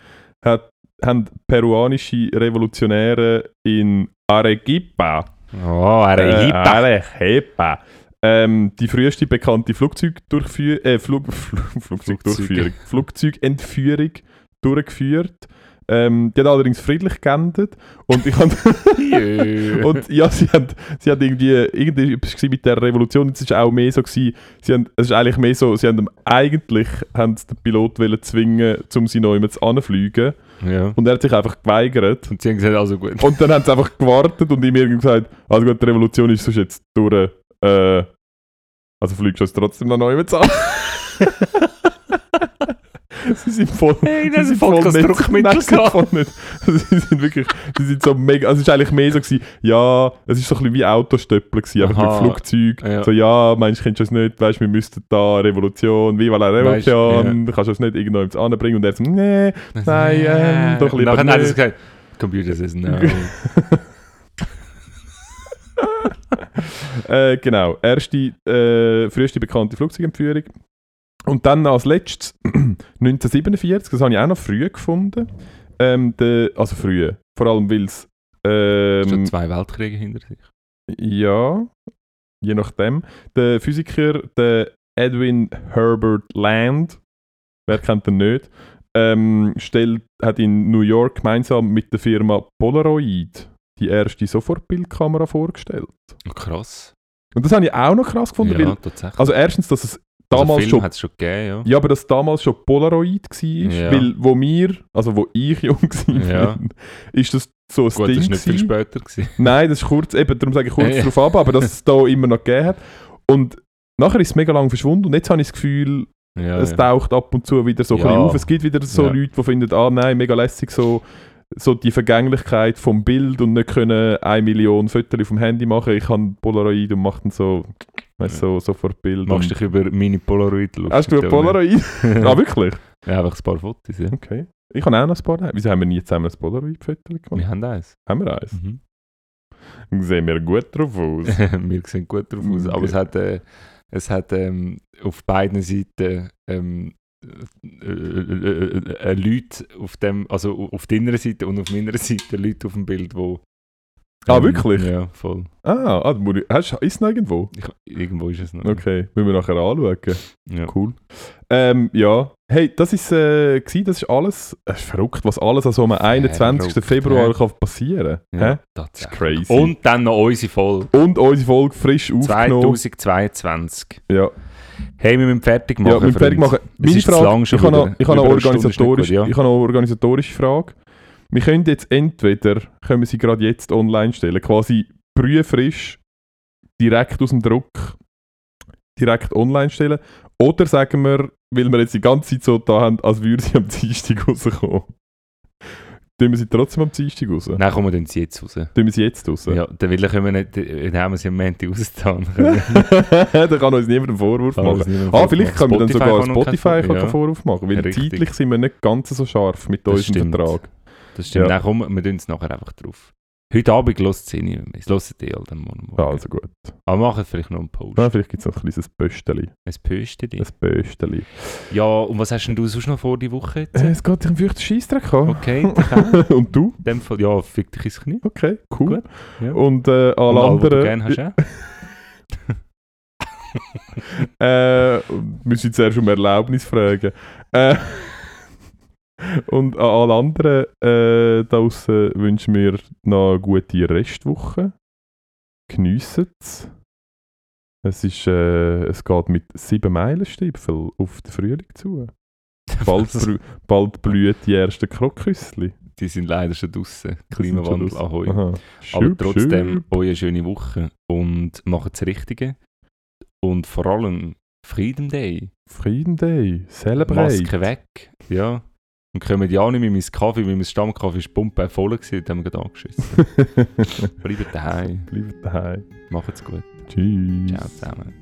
A: hat, haben peruanische Revolutionäre in Arequipa,
B: Oh,
A: äh,
B: Arequipa. (laughs)
A: Arequipa ähm, die früheste bekannte Flugzeugdurchführ äh, Flug, (laughs) Flug, Flugzeugdurchführung, Flugzeugentführung durchgeführt. Ähm, die hat allerdings friedlich geendet und ich habe
B: Jö.
A: und ja, sie haben, sie haben irgendwie irgendetwas gewesen mit der Revolution. Es ist auch mehr so gewesen, sie haben, es ist eigentlich mehr so, sie haben ihm- eigentlich haben sie den Pilot wollen zwingen, um sie noch immer zu anfliegen.
B: ja.
A: Und er hat sich einfach geweigert.
B: Und sie haben gesagt, also gut.
A: Und dann haben sie einfach gewartet und ihm irgendwie gesagt, also gut, die Revolution ist sonst jetzt durch. Äh, also fliegst du uns trotzdem noch neu
B: (laughs)
A: an. sie sind voll...
B: Hey,
A: Sie sind voll nicht- Nein, sie sind (laughs) voll nicht. Sie sind wirklich, sie sind so mega, also es war eigentlich mehr so, gewesen, ja, es ist so ein bisschen wie Autostöppel gewesen, einfach
B: Aha,
A: mit Flugzeug.
B: ja.
A: So, ja, meinst du, kennst du uns nicht, weißt wir müssten da Revolution, viva la Revolution,
B: Weisst,
A: kannst du uns nicht irgendwo ins andere bringen und er so, nee,
B: Nou,
A: Nein,
B: eh,
A: ähm, doch lieber
B: Nachher hat sie
A: nicht.
B: gesagt, dus Computer eh, says no. (laughs)
A: (laughs) äh, genau, erste, äh, früheste bekannte Flugzeugentführung. Und dann als letztes (clears throat) 1947, das habe ich auch noch früh gefunden, ähm, der- also früh, vor allem weil es ähm,
B: Schon zwei Weltkriege hinter sich.
A: Ja, je nachdem. Der Physiker, der Edwin Herbert Land, wer kennt den nicht, ähm, stellt, hat in New York gemeinsam mit der Firma Polaroid die erste Sofortbildkamera vorgestellt.
B: Oh, krass.
A: Und das habe ich auch noch krass gefunden,
B: ja,
A: weil,
B: tatsächlich.
A: also erstens, dass es
B: Also
A: damals
B: Film
A: schon
B: hat's schon gegeben,
A: ja, aber dass damals schon Polaroid war,
B: Ja.
A: weil wo wir, also wo ich jung (laughs) war,
B: Ja.
A: ist das so ein
B: Gut,
A: Ding
B: das war nicht viel
A: gewesen.
B: später. Gewesen.
A: Nein, das ist kurz, eben, darum sage ich kurz
B: Ja, ja.
A: drauf ab, aber dass es da immer noch gegeben hat. Und nachher ist es mega lang verschwunden und jetzt habe ich das Gefühl,
B: Ja,
A: es
B: ja.
A: taucht ab und zu wieder so ein
B: Ja.
A: bisschen auf. Es gibt wieder so
B: Ja.
A: Leute, die finden, ah nein, mega lässig so so die Vergänglichkeit vom Bild und nicht können 1 Million Fotos vom Handy machen. Ich habe Polaroid und mache dann so, weißt, so sofort Bild.
B: Machst dich
A: und,
B: über meine Polaroid lustig.
A: hast du ein
B: oder?
A: Polaroid? ah, wirklich?
B: (laughs) ja, einfach ein paar Fotos, ja.
A: Okay. Ich habe auch noch ein paar. Wieso haben wir nie zusammen ein Polaroid-Foto gemacht?
B: Wir haben eins.
A: Haben wir
B: (laughs)
A: eins?
B: Mhm.
A: Sehen wir gut drauf aus.
B: (laughs) wir sehen gut drauf aus. Aber es hat, äh, es hat ähm, auf beiden Seiten ähm, äh, äh, äh, äh, Leute auf dem, also auf deiner Seite und auf meiner (laughs) Seite Leute auf dem Bild, wo ähm,
A: Ah, wirklich?
B: Ja, voll.
A: ah, ah da muss ich- hast, ist es noch irgendwo?
B: Ich, irgendwo ist es noch.
A: Okay, müssen wir nachher anschauen.
B: Ja.
A: Cool. Ähm, ja. Hey, das ist, äh, gsi, das ist alles. Es ist verrückt, was alles an so einem 21.
B: Verrückt,
A: Februar
B: hä?
A: kann passieren kann.
B: Ja,
A: Das ist
B: tatsächlich.
A: crazy. Und,
B: Und dann noch unsere Folge.
A: unsere Folge frisch aufgenommen.
B: 2022.
A: Ja,
B: Hey, wir müssen fertig machen.
A: ja wir müssen fertig
B: Freunde.
A: machen. Meine
B: ist zu lang
A: Frage,
B: schon
A: ich habe noch,
B: wieder.
A: ich habe noch
B: Über eine Stunde ist nicht gut,
A: organisatorisch,
B: ja.
A: ich habe noch eine organisatorische Frage. Wir können jetzt entweder, können wir sie gerade jetzt online stellen, quasi prüfrisch, direkt aus dem Druck, direkt online stellen. Oder sagen wir, weil wir jetzt die ganze Zeit so da haben, als würde sie am Dienstag (laughs) rauskommen. Tun wir sie trotzdem am Dienstag raus? Tun
B: Nein, kommen wir sie jetzt raus.
A: wir sie jetzt raus?
B: Ja, (laughs) dann will ich können wir nicht, dann haben wir sie am Montag rausgetan.
A: (laughs) da kann uns niemand einen Vorwurf machen. Ah, vielleicht können wir dann sogar Spotify
B: ja,
A: ja. Vorwurf machen, weil
B: Richtig.
A: zeitlich sind wir nicht ganz so scharf mit
B: Das
A: unserem
B: stimmt.
A: Vertrag.
B: Das stimmt.
A: Ja.
B: Nein, komm, wir tun es nachher einfach drauf. Heute Abend hört es eh nicht mehr. Es hört eh alle am Morgen.
A: Ja, also gut.
B: Aber machen vielleicht noch einen Post.
A: Ah, vielleicht gibt es noch ein kleines Bösteli.
B: Ein Pöstchen.
A: Ein Bösteli.
B: Ja, und was hast denn du sonst noch vor die Woche?
A: Äh, es geht dich um fürchten Scheissdreck
B: (laughs)
A: an.
B: Okay, danke.
A: (laughs) Und du?
B: in dem Fall, ja, fick dich ins Knie.
A: Okay, cool.
B: Gut, ja.
A: Und äh, alle
B: Und was du
A: anderen
B: gerne hast, ja?
A: äh, müssen jetzt erst um Erlaubnis fragen. Äh, (laughs) und an alle anderen äh, da draussen wünschen wir noch eine gute Restwoche. Geniessen es. Es, ist, äh, es geht mit 7 Meilenstiefeln auf den Frühling zu.
B: (laughs)
A: Bald, brü- bald blühen die ersten Krokussli.
B: Die sind leider schon draußen. Klimawandel, ahoi.
A: Aha.
B: Aber
A: Schub,
B: trotzdem,
A: schub.
B: euch eine schöne Woche und macht das Richtige. Und vor allem Freedom Day.
A: Freedom Day. Celebrate.
B: Maske weg. Ja. Und kommen ja auch nicht mehr in meinen Kaffee, weil mein Stammkaffee ist pumpe voll gewesen, und haben wir gerade angeschissen. Bleibt daheim.
A: (laughs) Bleibt daheim.
B: Macht's gut.
A: Tschüss.
B: Ciao zusammen.